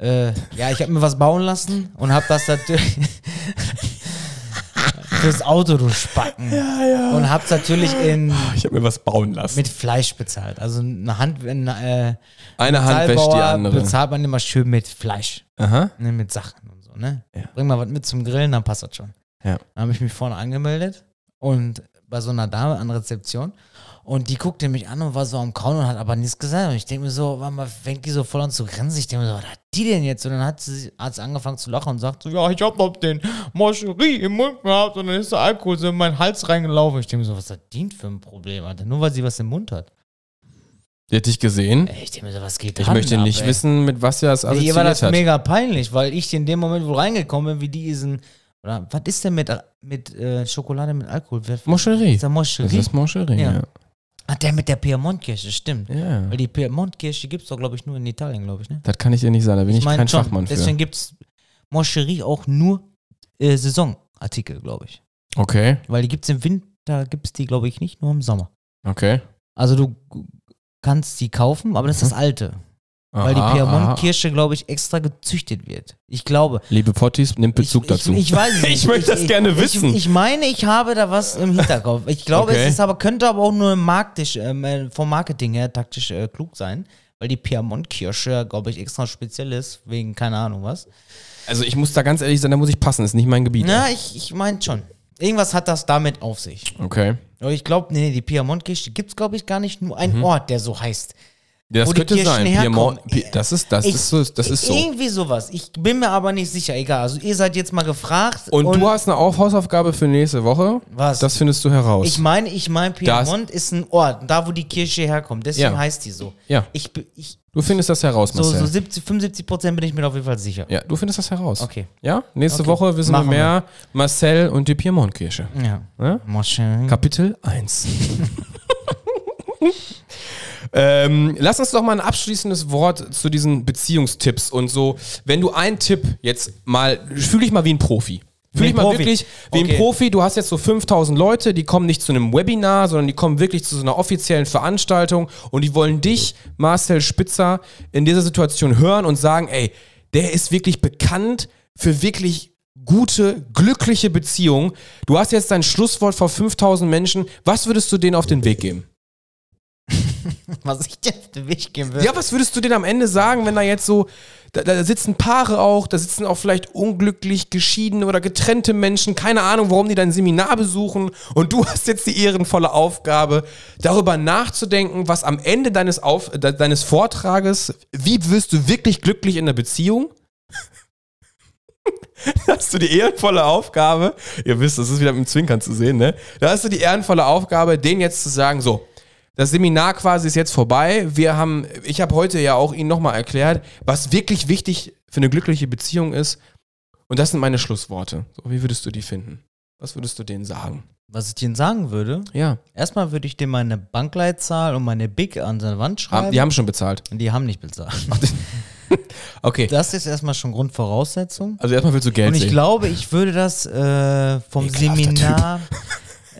S4: Äh, ja, ich habe mir was bauen lassen und habe das natürlich fürs Auto, du Spacken. Ja, ja. Und habe es natürlich in,
S3: Ich habe mir was bauen lassen.
S4: mit Fleisch bezahlt. Also eine Hand, eine äh,
S3: Eine Hand wäscht die
S4: Metallbauer
S3: andere.
S4: bezahlt man immer schön mit Fleisch,
S3: Aha.
S4: ne, mit Sachen und so. Ne?
S3: Ja.
S4: Bring mal was mit zum Grillen, dann passt das schon.
S3: Ja.
S4: Dann habe ich mich vorne angemeldet und bei so einer Dame an der Rezeption. Und die guckte mich an und war so am Kauen und hat aber nichts gesagt. Und ich denke mir so, warte mal, fängt die so voll an zu grinsen. Ich denke mir so, was hat die denn jetzt? Und dann hat sie, hat sie angefangen zu lachen und sagt so, ja, ich hab noch den Moscherie im Mund gehabt und dann ist der Alkohol so in meinen Hals reingelaufen. Ich denke mir so, was hat die denn für ein Problem, Alter? Nur weil sie was im Mund hat.
S3: Die hätte ich gesehen.
S4: Ey, ich denke mir so, was geht
S3: Ich
S4: dran
S3: möchte
S4: Äh, ab,
S3: nicht
S4: ey?
S3: wissen, mit was ihr das
S4: Mir
S3: assoziiert
S4: war das
S3: hat.
S4: mega peinlich, weil ich in dem Moment, wo reingekommen bin, wie die diesen. Oder was ist denn mit, mit äh, Schokolade mit Alkohol? Wer-
S3: Moscherie.
S4: Ist der
S3: Das
S4: Moscherie?
S3: ist Moscherie,
S4: Ja.
S3: ja.
S4: Ah, der mit der Piemontkirche, stimmt.
S3: Ja.
S4: Weil die Piemontkirche gibt es doch, glaube ich, nur in Italien, glaube ich, ne?
S3: Das kann ich dir nicht sagen, da bin ich,
S4: mein
S3: kein
S4: schon,
S3: Fachmann für.
S4: Deswegen gibt es Moscherie auch nur äh, Saisonartikel, glaube ich.
S3: Okay,
S4: Weil die gibt es im Winter, gibt es die, glaube ich, nicht, nur im Sommer.
S3: okay.
S4: Also du g- kannst die kaufen, aber das ist das alte. weil die
S3: Mhm. Aha, aha.
S4: Piemontkirche, glaube ich, extra gezüchtet wird. Ich glaube.
S3: Liebe Potties, nimmt Bezug
S4: ich,
S3: dazu.
S4: Ich, ich weiß es nicht.
S3: Ich möchte das gerne wissen.
S4: Ich, ich meine, ich habe da was im Hinterkopf. Ich glaube,
S3: Okay.
S4: es ist aber könnte aber auch nur marktisch, ähm, äh, vom Marketing her taktisch äh, klug sein, weil die Piemontkirche, glaube ich, extra speziell ist, wegen keine Ahnung was.
S3: also ich muss da ganz ehrlich sein, da muss ich passen, ist nicht mein Gebiet.
S4: Na, ich, ich meine schon. Irgendwas hat das damit auf sich.
S3: Okay.
S4: Aber ich glaube, nee, nee, die Piemontkirche gibt es, glaube ich, gar nicht. Nur einen
S3: Mhm.
S4: Ort, der so heißt.
S3: Ja, Das
S4: Wo die
S3: könnte
S4: Kirschen
S3: sein.
S4: herkommen.
S3: Piemont, Pi- das ist, das
S4: Ich-
S3: ist so. Das ist so.
S4: Irgendwie sowas. Ich bin mir aber nicht sicher. Egal. Also ihr seid jetzt mal gefragt.
S3: Und, du hast eine Auf- Hausaufgabe für nächste Woche.
S4: Was?
S3: Das findest du heraus.
S4: Ich meine, ich meine, Piemont ist ein Ort, da wo die Kirche herkommt. Deswegen
S3: Ja.
S4: heißt die so.
S3: Ja.
S4: Ich, bin- ich,
S3: du findest das heraus,
S4: so,
S3: Marcel.
S4: so 70, 75 Prozent bin ich mir auf jeden Fall sicher.
S3: ja, du findest das heraus.
S4: Okay.
S3: Ja, nächste
S4: Okay.
S3: Woche wissen
S4: Machen Mhm.
S3: wir mehr. Marcel und die Piemontkirche.
S4: Ja.
S3: Ja?
S4: Moschee.
S3: Kapitel 1. ähm, lass uns doch mal ein abschließendes Wort zu diesen Beziehungstipps und so. Wenn du einen Tipp jetzt mal, fühl dich mal wie ein Profi. Fühl
S4: Wie
S3: dich
S4: ein
S3: mal
S4: Profi.
S3: wirklich wie
S4: Okay.
S3: ein Profi. Du hast jetzt so 5000 Leute, die kommen nicht zu einem Webinar, sondern die kommen wirklich zu so einer offiziellen Veranstaltung und die wollen dich, Marcel Spitzer, in dieser Situation hören und sagen, ey, der ist wirklich bekannt für wirklich gute, glückliche Beziehungen. Du hast jetzt dein Schlusswort vor 5000 Menschen. Was würdest du denen auf den Weg geben?
S4: Was ich dir auf den Weg geben will.
S3: Ja, was würdest du denn am Ende sagen, wenn da jetzt so, da, da sitzen Paare auch, da sitzen auch vielleicht unglücklich geschiedene oder getrennte Menschen, keine Ahnung, warum die dein Seminar besuchen und du hast jetzt die ehrenvolle Aufgabe, darüber nachzudenken, was am Ende deines, Auf, de, deines Vortrages, wie wirst du wirklich glücklich in der Beziehung? Da hast du die ehrenvolle Aufgabe, ihr wisst, das ist wieder mit dem Zwinkern zu sehen, ne? Da hast du die ehrenvolle Aufgabe, denen jetzt zu sagen, so, das Seminar quasi ist jetzt vorbei. Wir haben, ich habe heute ja auch Ihnen nochmal erklärt, was wirklich wichtig für eine glückliche Beziehung ist. Und das sind meine Schlussworte. So, wie würdest du die finden? Was würdest du denen sagen?
S4: Was ich denen sagen würde,
S3: Ja,
S4: erstmal würde ich denen meine Bankleitzahl und meine Big an der Wand schreiben.
S3: haben, die haben schon bezahlt.
S4: Und die haben nicht bezahlt.
S3: Okay.
S4: Das ist erstmal schon Grundvoraussetzung.
S3: Also erstmal willst du Geld
S4: Und ich
S3: sehen.
S4: glaube, ich würde das äh, vom
S3: Ekelhafter
S4: Seminar.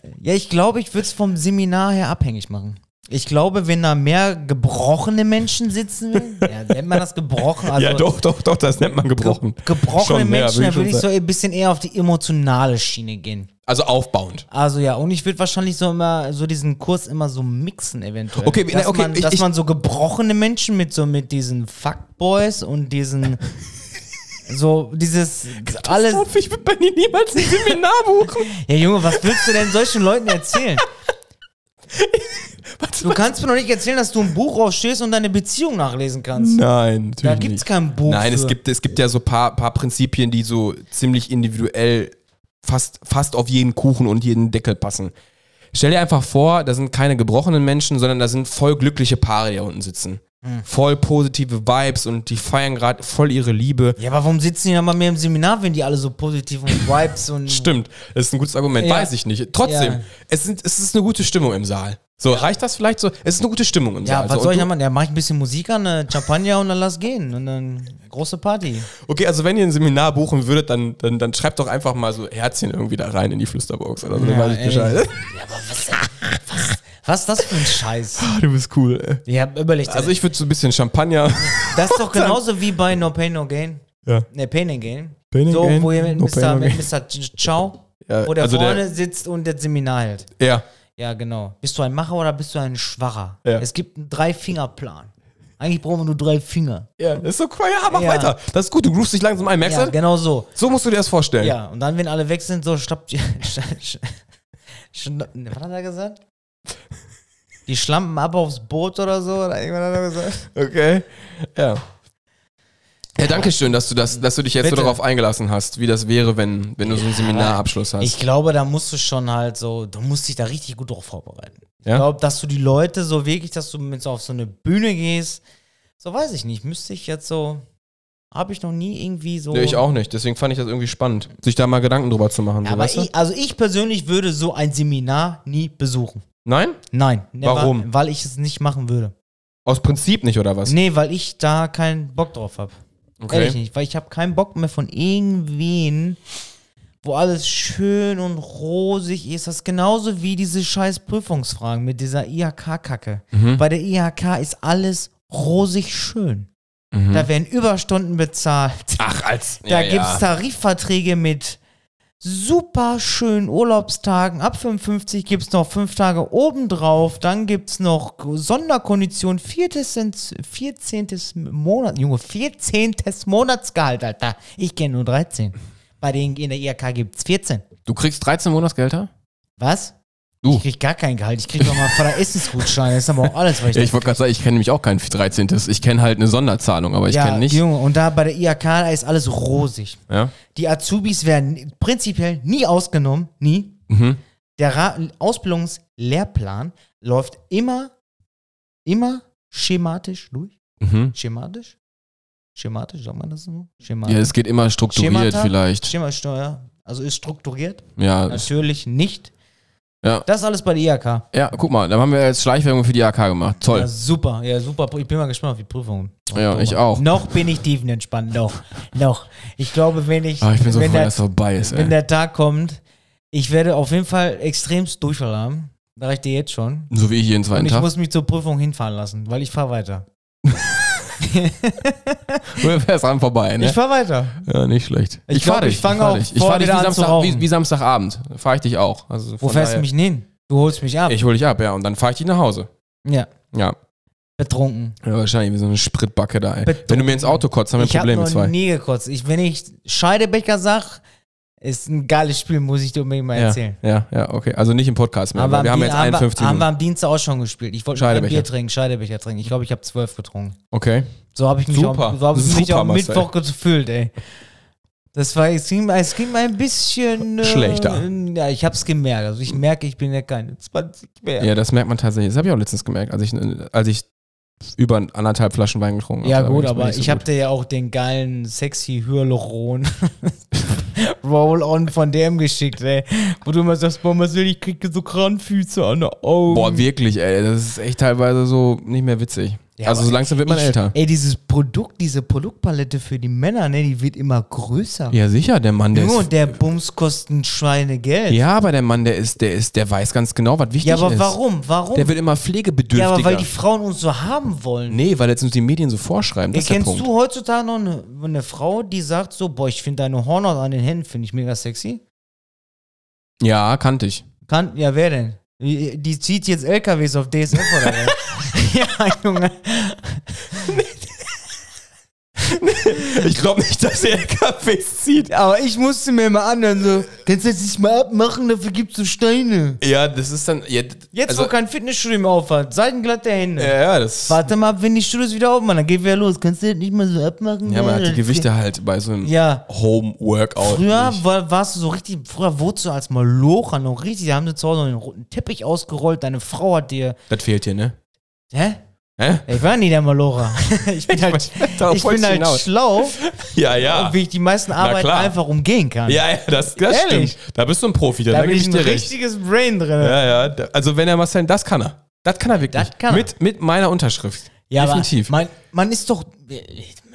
S4: äh, Ja, ich glaube, ich würde es vom Seminar her abhängig machen. Ich glaube, wenn da mehr gebrochene Menschen sitzen, will, ja, nennt man das gebrochen? Also
S3: ja, doch, doch, doch, das nennt man gebrochen.
S4: Gebrochene
S3: Schon, ja,
S4: Menschen,
S3: will ich
S4: da würde
S3: schon
S4: ich so ein bisschen eher auf die emotionale Schiene gehen.
S3: Also aufbauend.
S4: Also ja, und ich würde wahrscheinlich so immer so diesen Kurs immer so mixen eventuell.
S3: Okay,
S4: dass
S3: na, okay,
S4: man,
S3: ich-
S4: dass
S3: ich-
S4: man so gebrochene Menschen mit so mit diesen Fuckboys und diesen so dieses alles.
S3: Ich würde bei dir niemals ein Seminar buchen.
S4: Ja Junge, was willst du denn solchen Leuten erzählen? Du kannst mir doch nicht erzählen, dass du ein Buch aufstehst und deine Beziehung nachlesen kannst.
S3: Nein, natürlich
S4: da gibt's kein Buch.
S3: Nein, es
S4: für.
S3: gibt, es gibt ja so ein paar, paar Prinzipien, die so ziemlich individuell fast, fast auf jeden Kuchen und jeden Deckel passen. Stell dir einfach vor, da sind keine gebrochenen Menschen, sondern da sind voll glückliche Paare, die da unten sitzen.
S4: Hm.
S3: Voll positive Vibes und die feiern gerade voll ihre Liebe.
S4: Ja, aber warum sitzen die dann bei mir im Seminar, wenn die alle so positiv und Vibes und.
S3: Stimmt, das ist ein gutes Argument,
S4: Ja.
S3: weiß ich nicht. Trotzdem,
S4: Ja.
S3: es, sind, es ist eine gute Stimmung im Saal. So, reicht das vielleicht so? Es ist eine gute Stimmung im
S4: Ja,
S3: Saal. so,
S4: was soll
S3: also und
S4: ich
S3: du-
S4: denn machen? Ja, mach ich ein bisschen Musik an, äh, Champagner und dann lass gehen. Und dann große Party.
S3: Okay, also wenn ihr ein Seminar buchen würdet, dann, dann, dann schreibt doch einfach mal so Herzchen irgendwie da rein in die Flüsterbox oder so, dann
S4: Ja,
S3: weiß ich
S4: ey.
S3: Bescheid.
S4: Was ist das für ein Scheiß?
S3: Ah, Du bist cool, ey.
S4: Ja, überlegt
S3: Also ich würde so ein bisschen Champagner.
S4: Das ist doch genauso wie bei No Pain No Gain.
S3: Ja.
S4: Ne, Pain and Gain.
S3: Pain and
S4: so,
S3: Gain,
S4: wo ihr mit
S3: No Pain
S4: Mr.
S3: and
S4: Mit Mr. Ch- Chow,
S3: Ja,
S4: wo der
S3: also der-
S4: vorne sitzt und das Seminar hält.
S3: Ja.
S4: Ja, genau. Bist du ein Macher oder bist du ein Schwacher?
S3: Ja.
S4: Es gibt einen Drei-Finger-Plan. Eigentlich brauchen wir nur drei Finger.
S3: Ja, das ist so cool. Ja, mach
S4: Ja.
S3: weiter. Das ist gut, du rufst dich langsam ein, merkst
S4: Ja,
S3: du?
S4: genau so.
S3: So musst du dir das vorstellen.
S4: Ja, und dann, wenn alle weg sind, so stoppt. ne, Was hat er gesagt? Die schlampen ab aufs Boot oder so? Oder irgendwas hat er gesagt.
S3: Okay. Ja. Ja, danke schön, dass du, das, dass du dich jetzt so
S4: Bitte.
S3: darauf eingelassen hast, wie das wäre, wenn, wenn du so einen Seminarabschluss hast.
S4: Ich glaube, da musst du schon halt so, du musst dich da richtig gut drauf vorbereiten.
S3: Ja?
S4: Ich glaube, dass du die Leute so wirklich, dass du mit so auf so eine Bühne gehst, so weiß ich nicht, müsste ich jetzt so, habe ich noch nie irgendwie so.
S3: Nee, ich auch nicht. Deswegen fand ich das irgendwie spannend, sich da mal Gedanken drüber zu machen.
S4: Ja,
S3: so,
S4: Aber
S3: weißt du?
S4: ich, also ich persönlich würde so ein Seminar nie besuchen.
S3: Nein?
S4: Nein. never,
S3: Warum?
S4: Weil ich es nicht machen würde.
S3: Aus Prinzip nicht, oder was?
S4: Nee, weil ich da keinen Bock drauf habe. Ehrlich nicht, weil ich habe keinen Bock mehr von irgendwen, wo alles schön und rosig ist. Das ist genauso wie diese scheiß Prüfungsfragen mit dieser IHK-Kacke.
S3: Mhm.
S4: Bei der IHK ist alles rosig schön.
S3: Mhm.
S4: Da werden Überstunden bezahlt.
S3: Ach, als.
S4: Da gibt's Tarifverträge mit super schönen Urlaubstagen. Ab 55 gibt's noch fünf Tage obendrauf. Dann gibt's noch Sonderkonditionen. Viertes, ins- 14. Monat, Junge, 14. Monatsgehalt, Alter. Ich kenne nur 13. Bei denen in der IHK gibt's 14.
S3: Du kriegst 13 Monatsgelder?
S4: Was?
S3: Du.
S4: Ich krieg gar kein Gehalt. Ich krieg nochmal einen Essensgutschein. Das ist aber auch alles, was ich
S3: Ja, ich wollte gerade sagen, ich kenne nämlich auch kein 13. Ich kenne halt eine Sonderzahlung, aber ich
S4: Ja,
S3: kenne nicht.
S4: Junge, und da bei der IHK da ist alles rosig.
S3: Ja.
S4: Die Azubis werden prinzipiell nie ausgenommen, nie.
S3: Mhm.
S4: Der Ra Ausbildungslehrplan läuft immer, immer schematisch durch.
S3: Mhm.
S4: Schematisch? Schematisch, sagt man das so? Schematisch.
S3: ja, es geht immer strukturiert
S4: Schemata?
S3: vielleicht.
S4: Schematisch, ja. Also ist strukturiert?
S3: Ja,
S4: Natürlich nicht.
S3: Ja.
S4: Das ist alles bei der IHK.
S3: ja, guck mal, dann haben wir jetzt Schleichwerbung für die AK gemacht.
S4: Ja,
S3: Toll.
S4: super, ja, super. Ich bin mal gespannt auf die Prüfung.
S3: Ja, ich auch.
S4: Noch bin ich tiefenentspannt, noch. noch. Ich glaube, wenn ich.
S3: Ah, ich bin so äh. froh,
S4: wenn der-
S3: dass es vorbei ist,
S4: wenn
S3: ey.
S4: der Tag kommt, ich werde auf jeden Fall extremst Durchfall haben. Sag ich dir jetzt schon.
S3: So wie ich jeden
S4: Und
S3: zweiten
S4: ich
S3: Tag.
S4: muss mich zur Prüfung hinfahren lassen, weil ich fahre weiter.
S3: Wäre es dran vorbei, ne?
S4: Ich fahre weiter.
S3: ja, nicht schlecht.
S4: Ich glaub,
S3: fahr
S4: ich fang
S3: fahr
S4: auch
S3: dich. Ich
S4: vorher
S3: fahr dich
S4: wieder
S3: wie
S4: an zu
S3: Samstag,
S4: rauchen.
S3: wie, wie Samstagabend. Fahr ich dich auch. Also
S4: Wo
S3: von
S4: fährst du
S3: daher-
S4: mich hin? Du holst mich ab.
S3: Ich hole dich ab, ja. Und dann fahre ich dich nach Hause.
S4: ja,
S3: Ja.
S4: betrunken.
S3: ja wahrscheinlich wie so eine Spritbacke da, ey.
S4: Betrunken.
S3: Wenn du mir ins Auto kotzt, haben wir ein
S4: ich habe
S3: Problem
S4: noch
S3: mit zwei.
S4: nie gekotzt. Ich, wenn ich Scheidebecker sag, ist ein geiles Spiel, muss ich dir unbedingt mal
S3: Ja,
S4: erzählen.
S3: ja, ja, okay. Also nicht im Podcast mehr. weil wir haben
S4: am Dien-
S3: jetzt
S4: haben, wir-
S3: 51
S4: haben wir
S3: Minuten.
S4: am Dienstag auch schon gespielt. Ich wollte nur ein
S3: Scheidebecher.
S4: Bier trinken, Scheidebecher trinken. Ich glaube, ich habe zwölf getrunken.
S3: Okay.
S4: So habe ich mich
S3: Super.
S4: auch, so hab ich mich
S3: Super,
S4: auch
S3: Marcel.
S4: Mittwoch gefühlt, ey. Das war, es ging, es ging ein bisschen. Äh,
S3: Schlechter.
S4: Ja, ich hab's gemerkt. Also ich merke, ich bin ja keine 20 mehr.
S3: Ja, das merkt man tatsächlich. Das habe ich auch letztens gemerkt, als ich, als ich über anderthalb Flaschen Wein getrunken
S4: Ja,
S3: habe. Da
S4: gut,
S3: ging's mir
S4: aber
S3: nicht so
S4: ich hab dir ja auch den geilen sexy Hyaluron Roll-on von dem geschickt, ey. Wo du immer sagst, boah, Marcel, ich kriege so Kranfüße an den Augen.
S3: Boah, wirklich, ey. Das ist echt teilweise so nicht mehr witzig.
S4: Ja,
S3: also
S4: aber
S3: so langsam wird man
S4: ich,
S3: älter.
S4: Ey, dieses Produkt, diese Produktpalette für die Männer, ne, die wird immer größer.
S3: Ja, sicher, der Mann, der
S4: Junge,
S3: ist.
S4: und der Bums kosten Schweinegeld.
S3: ja, aber der Mann, der ist, der ist, der weiß ganz genau, was wichtig
S4: Ja, aber
S3: ist.
S4: warum? Warum?
S3: Der wird immer pflegebedürftiger.
S4: ja, aber weil die Frauen uns so haben wollen.
S3: nee, weil jetzt uns die Medien so vorschreiben. Das ist der
S4: Kennst
S3: Punkt.
S4: du heutzutage noch eine, eine Frau, die sagt so, boah, ich finde deine Hornhaut an den Händen, finde ich mega sexy?
S3: Ja, kannte ich.
S4: Kann, ja, wer denn? Die die zieht jetzt LKWs auf DSF oder was? ja, Junge.
S3: Ich glaube nicht, dass er LKWs zieht.
S4: Aber ich musste mir mal anhören, so, kannst du das nicht mal abmachen, dafür gibt's so Steine.
S3: Ja, das ist dann. Ja,
S4: Jetzt,
S3: also, Äh,
S4: wo kein Fitnessstudio mehr aufhat, seitenglatte Hände.
S3: Ja, ja, das.
S4: Warte mal ab, wenn die Studios wieder aufmachen, dann geht wieder los. Kannst du das nicht mal so abmachen?
S3: Ja, man hat die
S4: Das-
S3: Gewichte halt bei so einem
S4: Äh, Ja.
S3: Home-Workout.
S4: Früher
S3: nicht.
S4: war, warst du so richtig, früher wurdest du als Malocher noch richtig, da haben sie zu Hause noch den roten Teppich ausgerollt, deine Frau hat dir,
S3: Das fehlt dir, ne?
S4: hä?
S3: Hä?
S4: Ich war nie der Malocher. Ich bin halt,
S3: darauf
S4: ich
S3: wolltest
S4: bin
S3: du
S4: halt
S3: hinaus.
S4: schlau,
S3: Ja, ja.
S4: und wie ich die meisten Arbeiten
S3: klar.
S4: einfach umgehen kann.
S3: Ja, ja, das, das
S4: Ehrlich?
S3: stimmt. Da bist du ein Profi, da,
S4: da
S3: da
S4: bin
S3: gebe
S4: ich
S3: ich
S4: ein
S3: dir recht.
S4: richtiges Brain drin.
S3: Ja, ja. da- Also, wenn er Marcel, das kann er. Das kann er wirklich.
S4: Das kann er.
S3: Mit, mit meiner Unterschrift.
S4: Ja, aber
S3: Definitiv.
S4: Man, man ist doch,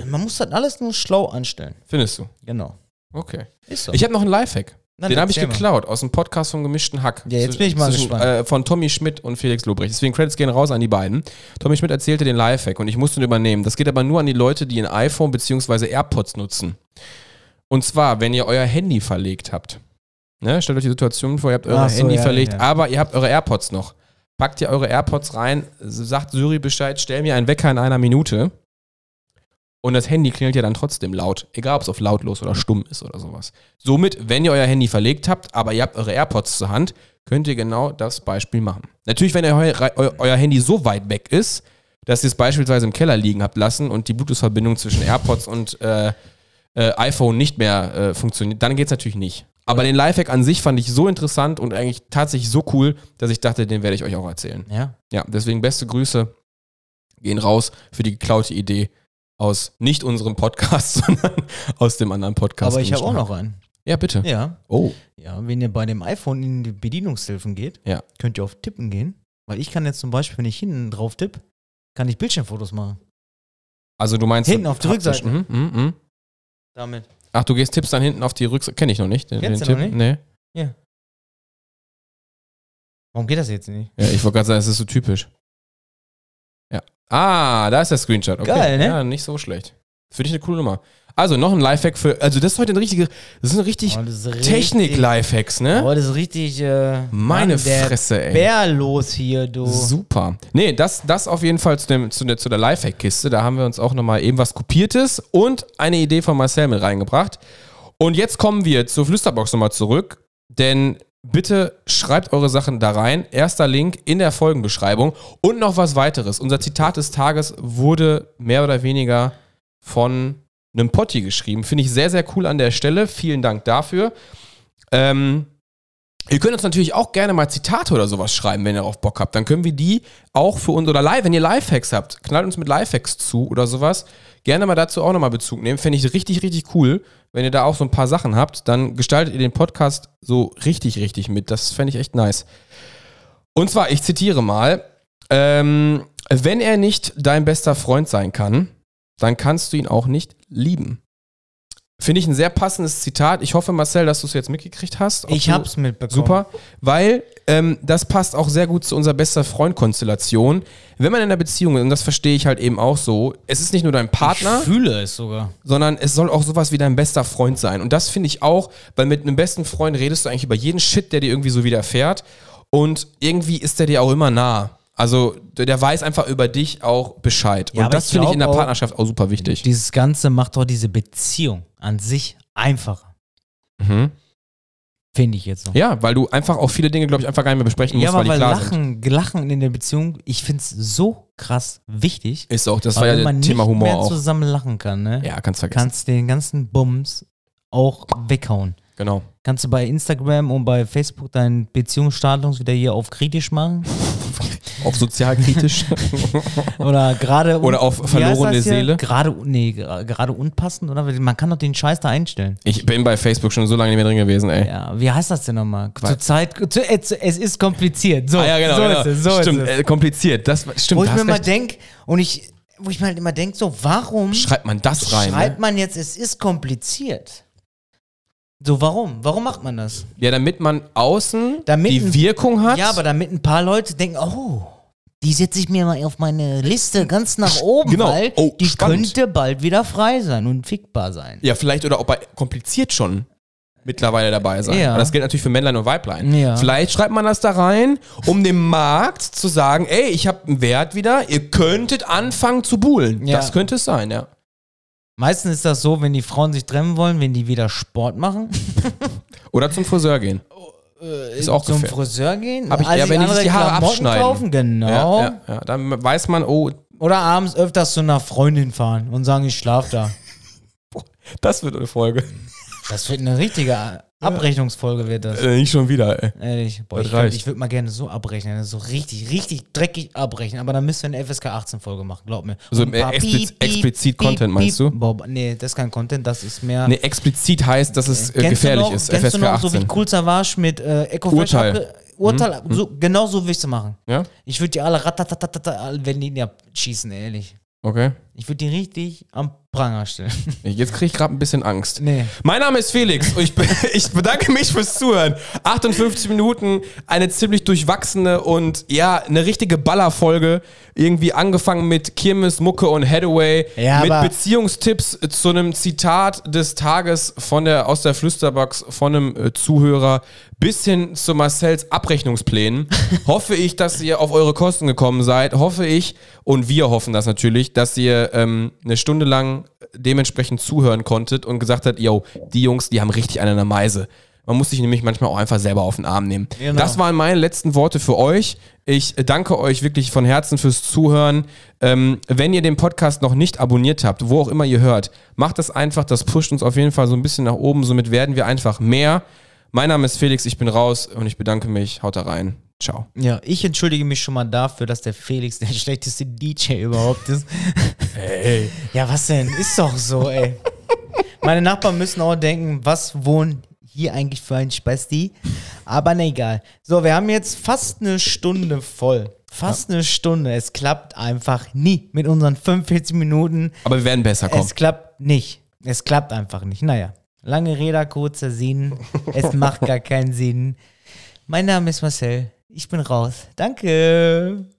S4: man muss das alles nur schlau anstellen.
S3: Findest du.
S4: Genau.
S3: Okay.
S4: Ist so.
S3: Ich habe noch einen Lifehack.
S4: Na,
S3: Den habe ich
S4: erzähl mal.
S3: geklaut aus dem Podcast vom gemischten Hack.
S4: Ja, jetzt bin ich mal gespannt.
S3: Äh, von Tommy Schmidt und Felix Lobrecht. Deswegen Credits gehen raus an die beiden. Tommy Schmidt erzählte den Lifehack und ich musste ihn übernehmen. Das geht aber nur an die Leute, die ein iPhone bzw. AirPods nutzen. Und zwar, wenn ihr euer Handy verlegt habt. Ne? Stellt euch die Situation vor, ihr habt euer
S4: Ach so,
S3: Handy
S4: ja,
S3: verlegt,
S4: ja.
S3: aber ihr habt eure AirPods noch. Packt ihr eure AirPods rein, sagt Suri Bescheid, stell mir einen Wecker in einer Minute. Und das Handy klingelt ja dann trotzdem laut, egal ob es auf lautlos oder stumm ist oder sowas. Somit, wenn ihr euer Handy verlegt habt, aber ihr habt eure AirPods zur Hand, könnt ihr genau das Beispiel machen. Natürlich, wenn ihr euer, eu, euer Handy so weit weg ist, dass ihr es beispielsweise im Keller liegen habt lassen und die Bluetooth-Verbindung zwischen AirPods und äh, äh, iPhone nicht mehr äh, funktioniert, dann geht's natürlich nicht. Aber den Lifehack an sich fand ich so interessant und eigentlich tatsächlich so cool, dass ich dachte, den werde ich euch auch erzählen.
S4: Ja.
S3: Ja, deswegen beste Grüße gehen raus für die geklaute Idee aus nicht unserem Podcast, sondern aus dem anderen Podcast.
S4: Aber
S3: den
S4: ich habe auch
S3: schon
S4: noch einen.
S3: Ja, bitte.
S4: Ja.
S3: Oh.
S4: Ja, wenn ihr bei dem iPhone in die Bedienungshilfen geht,
S3: Ja.
S4: könnt ihr auf Tippen gehen. Weil ich kann jetzt zum Beispiel, wenn ich hinten drauf tippe, kann ich Bildschirmfotos machen.
S3: Also du meinst
S4: Hinten auf der
S3: Taktisch,
S4: Rückseite.
S3: mhm, mhm, mhm.
S4: Damit.
S3: Ach, du gehst Tipps dann hinten auf die Rückseite. Kenne ich noch nicht. Den,
S4: Kennst
S3: den
S4: du
S3: Tipp.
S4: noch
S3: Nee.
S4: Warum geht das jetzt nicht?
S3: Ja, ich wollte gerade sagen, es ist so typisch. Ja. Ah, da ist der Screenshot. Okay.
S4: Geil, ne?
S3: Ja, nicht so schlecht. Finde ich eine coole Nummer. Also noch ein Lifehack für. Also das ist heute ein richtige. Das sind richtig
S4: Oh, das ist richtig-
S3: Technik-Lifehacks, ne?
S4: Oh, das ist richtig. Äh,
S3: Meine
S4: Mann, der
S3: Fresse, ey.
S4: Bär los hier, du.
S3: Super. Nee, das, das auf jeden Fall zu, dem, zu der, zu der Lifehack-Kiste. Da haben wir uns auch nochmal eben was Kopiertes und eine Idee von Marcel mit reingebracht. Und jetzt kommen wir zur Flüsterbox nochmal zurück, denn bitte schreibt eure Sachen da rein. Erster Link in der Folgenbeschreibung. Und noch was weiteres. Unser Zitat des Tages wurde mehr oder weniger von einem Potti geschrieben. Finde ich sehr, sehr cool an der Stelle. Vielen Dank dafür. Ähm, Ihr könnt uns natürlich auch gerne mal Zitate oder sowas schreiben, wenn ihr darauf Bock habt. Dann können wir die auch für uns oder live, wenn ihr Lifehacks habt, knallt uns mit Lifehacks zu oder sowas. Gerne mal dazu auch nochmal Bezug nehmen. Fände ich richtig, richtig cool. Wenn ihr da auch so ein paar Sachen habt, dann gestaltet ihr den Podcast so richtig, richtig mit. Das fände ich echt nice. Und zwar, ich zitiere mal, ähm, wenn er nicht dein bester Freund sein kann, dann kannst du ihn auch nicht lieben. Finde ich ein sehr passendes Zitat. Ich hoffe, Marcel, dass du es jetzt mitgekriegt hast. Ob
S4: Ich
S3: du-
S4: hab's mitbekommen.
S3: Super, weil ähm, das passt auch sehr gut zu unserer bester Freund-Konstellation. Wenn man in einer Beziehung ist, und das verstehe ich halt eben auch so, es ist nicht nur dein Partner,
S4: Ich fühle es sogar.
S3: sondern es soll auch sowas wie dein bester Freund sein. Und das finde ich auch, weil mit einem besten Freund redest du eigentlich über jeden Shit, der dir irgendwie so widerfährt. Und irgendwie ist der dir auch immer nah. Also der, der weiß einfach über dich auch Bescheid.
S4: Ja,
S3: und
S4: aber
S3: das
S4: ich
S3: finde ich in der
S4: glaub auch-
S3: Partnerschaft auch super wichtig.
S4: Dieses Ganze macht doch diese Beziehung an sich einfacher.
S3: Mhm.
S4: Finde ich jetzt so.
S3: Ja, weil du einfach auch viele Dinge, glaube ich, einfach gar nicht mehr besprechen musst, weil die
S4: aber
S3: klar sind.
S4: Lachen, Lachen in der Beziehung, ich find's so krass wichtig.
S3: Ist auch, das
S4: weil
S3: war ja das Thema Humor
S4: mehr
S3: auch.
S4: zusammen lachen kann, ne?
S3: Ja, kannst vergessen.
S4: kannst den ganzen Bums auch weghauen.
S3: genau.
S4: Kannst du bei Instagram und bei Facebook deinen Beziehungsstatus wieder hier auf kritisch machen?
S3: Auf sozialkritisch.
S4: Oder gerade
S3: Oder auf
S4: wie heißt
S3: verlorene
S4: das hier?
S3: Seele?
S4: Gerade nee, gra- gerade unpassend oder man kann doch den Scheiß da einstellen.
S3: ich bin bei Facebook schon so lange nicht mehr drin gewesen, ey.
S4: Ja, wie heißt das denn nochmal? Zur Zeit, zu, äh, zu, es ist kompliziert. So,
S3: Ah, ja, genau.
S4: so
S3: genau.
S4: ist es, so
S3: stimmt,
S4: ist es.
S3: äh, kompliziert. Das stimmt. da
S4: Wo ich
S3: hast
S4: mir mal
S3: recht.
S4: denk und ich, wo ich mir halt immer denk, so warum
S3: schreibt man das rein?
S4: schreibt
S3: Ne?
S4: man jetzt, es ist kompliziert? So warum? Warum macht man das?
S3: Ja, damit man außen
S4: Damit ein-
S3: die Wirkung hat.
S4: Ja, aber damit ein paar Leute denken, oh, die setze ich mir mal auf meine Liste ganz nach oben,
S3: genau.
S4: weil
S3: Oh,
S4: die
S3: spannend.
S4: könnte bald wieder frei sein und fickbar sein.
S3: ja, vielleicht oder auch bei kompliziert schon mittlerweile dabei sein.
S4: Ja.
S3: Aber das gilt natürlich für Männlein und Weiblein.
S4: Ja.
S3: Vielleicht schreibt man das da rein, um dem Markt zu sagen, ey, ich habe einen Wert wieder, ihr könntet anfangen zu buhlen.
S4: Ja.
S3: Das könnte es sein, ja.
S4: Meistens ist das so, wenn die Frauen sich trennen wollen, wenn die wieder Sport machen,
S3: Oder zum Friseur gehen. Ist auch
S4: Oh, äh, zum
S3: gefährlich.
S4: Friseur gehen,
S3: Hab ich- ja,
S4: sich
S3: wenn die sich
S4: andere
S3: die Haare
S4: Klamotten
S3: abschneiden.
S4: kaufen, genau.
S3: Ja, ja, ja. Dann weiß man, oh,
S4: Oder abends öfters zu einer Freundin fahren und sagen, ich schlaf da.
S3: das wird eine Folge.
S4: Das wird eine richtige Abrechnungsfolge, wird das.
S3: Äh, nicht schon wieder, ey.
S4: Ehrlich, boah,
S3: Das
S4: ich würde
S3: reicht.
S4: ich würd mal gerne so abrechnen, ne? so richtig, richtig dreckig abrechnen, aber dann müssen wir eine FSK 18 Folge machen, glaub mir.
S3: Also
S4: Und ein paar
S3: expliz- explizit Content, meinst du?
S4: Boah, boah, nee, das ist kein Content, das ist mehr.
S3: Nee, explizit heißt, dass es äh,
S4: Kennst du
S3: gefährlich
S4: noch,
S3: ist.
S4: Kennst
S3: FSK
S4: du noch, so wie
S3: 18.
S4: Cool Savage mit äh, Ecofresh
S3: Urteil. Hm?
S4: abge- Urteil, ab- so, genau so will ich es machen.
S3: ja?
S4: Ich würde die alle ratatatata, wenn die ja schießen, ehrlich.
S3: Okay.
S4: Ich würde die richtig am Pranger stellen.
S3: Jetzt kriege ich gerade ein bisschen Angst.
S4: nee.
S3: Mein Name ist Felix und ich, be ich bedanke mich fürs Zuhören. 58 Minuten, eine ziemlich durchwachsene und ja, eine richtige Ballerfolge. Irgendwie angefangen mit Kirmes, Mucke und Hathaway.
S4: Ja,
S3: mit
S4: aber-
S3: Beziehungstipps zu einem Zitat des Tages von der, aus der Flüsterbox von einem äh, Zuhörer bis hin zu Marcells Abrechnungsplänen. hoffe ich, dass ihr auf eure Kosten gekommen seid. Hoffe ich und wir hoffen das natürlich, dass ihr ähm, eine Stunde lang dementsprechend zuhören konntet und gesagt habt, yo, die Jungs, die haben richtig eine an der Meise. Man muss sich nämlich manchmal auch einfach selber auf den Arm nehmen.
S4: Genau.
S3: Das waren meine letzten Worte für euch. Ich danke euch wirklich von Herzen fürs Zuhören. Ähm, wenn ihr den Podcast noch nicht abonniert habt, wo auch immer ihr hört, macht das einfach. Das pusht uns auf jeden Fall so ein bisschen nach oben. Somit werden wir einfach mehr. Mein Name ist Felix, ich bin raus und ich bedanke mich. Haut da rein. Ciao.
S4: Ja, ich entschuldige mich schon mal dafür, dass der Felix der schlechteste DJ überhaupt ist.
S3: Hey.
S4: Ja, was denn? Ist doch so, ey. Meine Nachbarn müssen auch denken, was wohnen hier eigentlich für ein Spasti? Aber na egal. So, wir haben jetzt fast eine Stunde voll. Fast eine Stunde. Es klappt einfach nie mit unseren 45 Minuten.
S3: Aber wir werden besser kommen.
S4: Es klappt nicht. Es klappt einfach nicht. Naja, lange Räder, kurzer Sinn. Es macht gar keinen Sinn. Mein Name ist Marcel. Ich bin raus. Danke.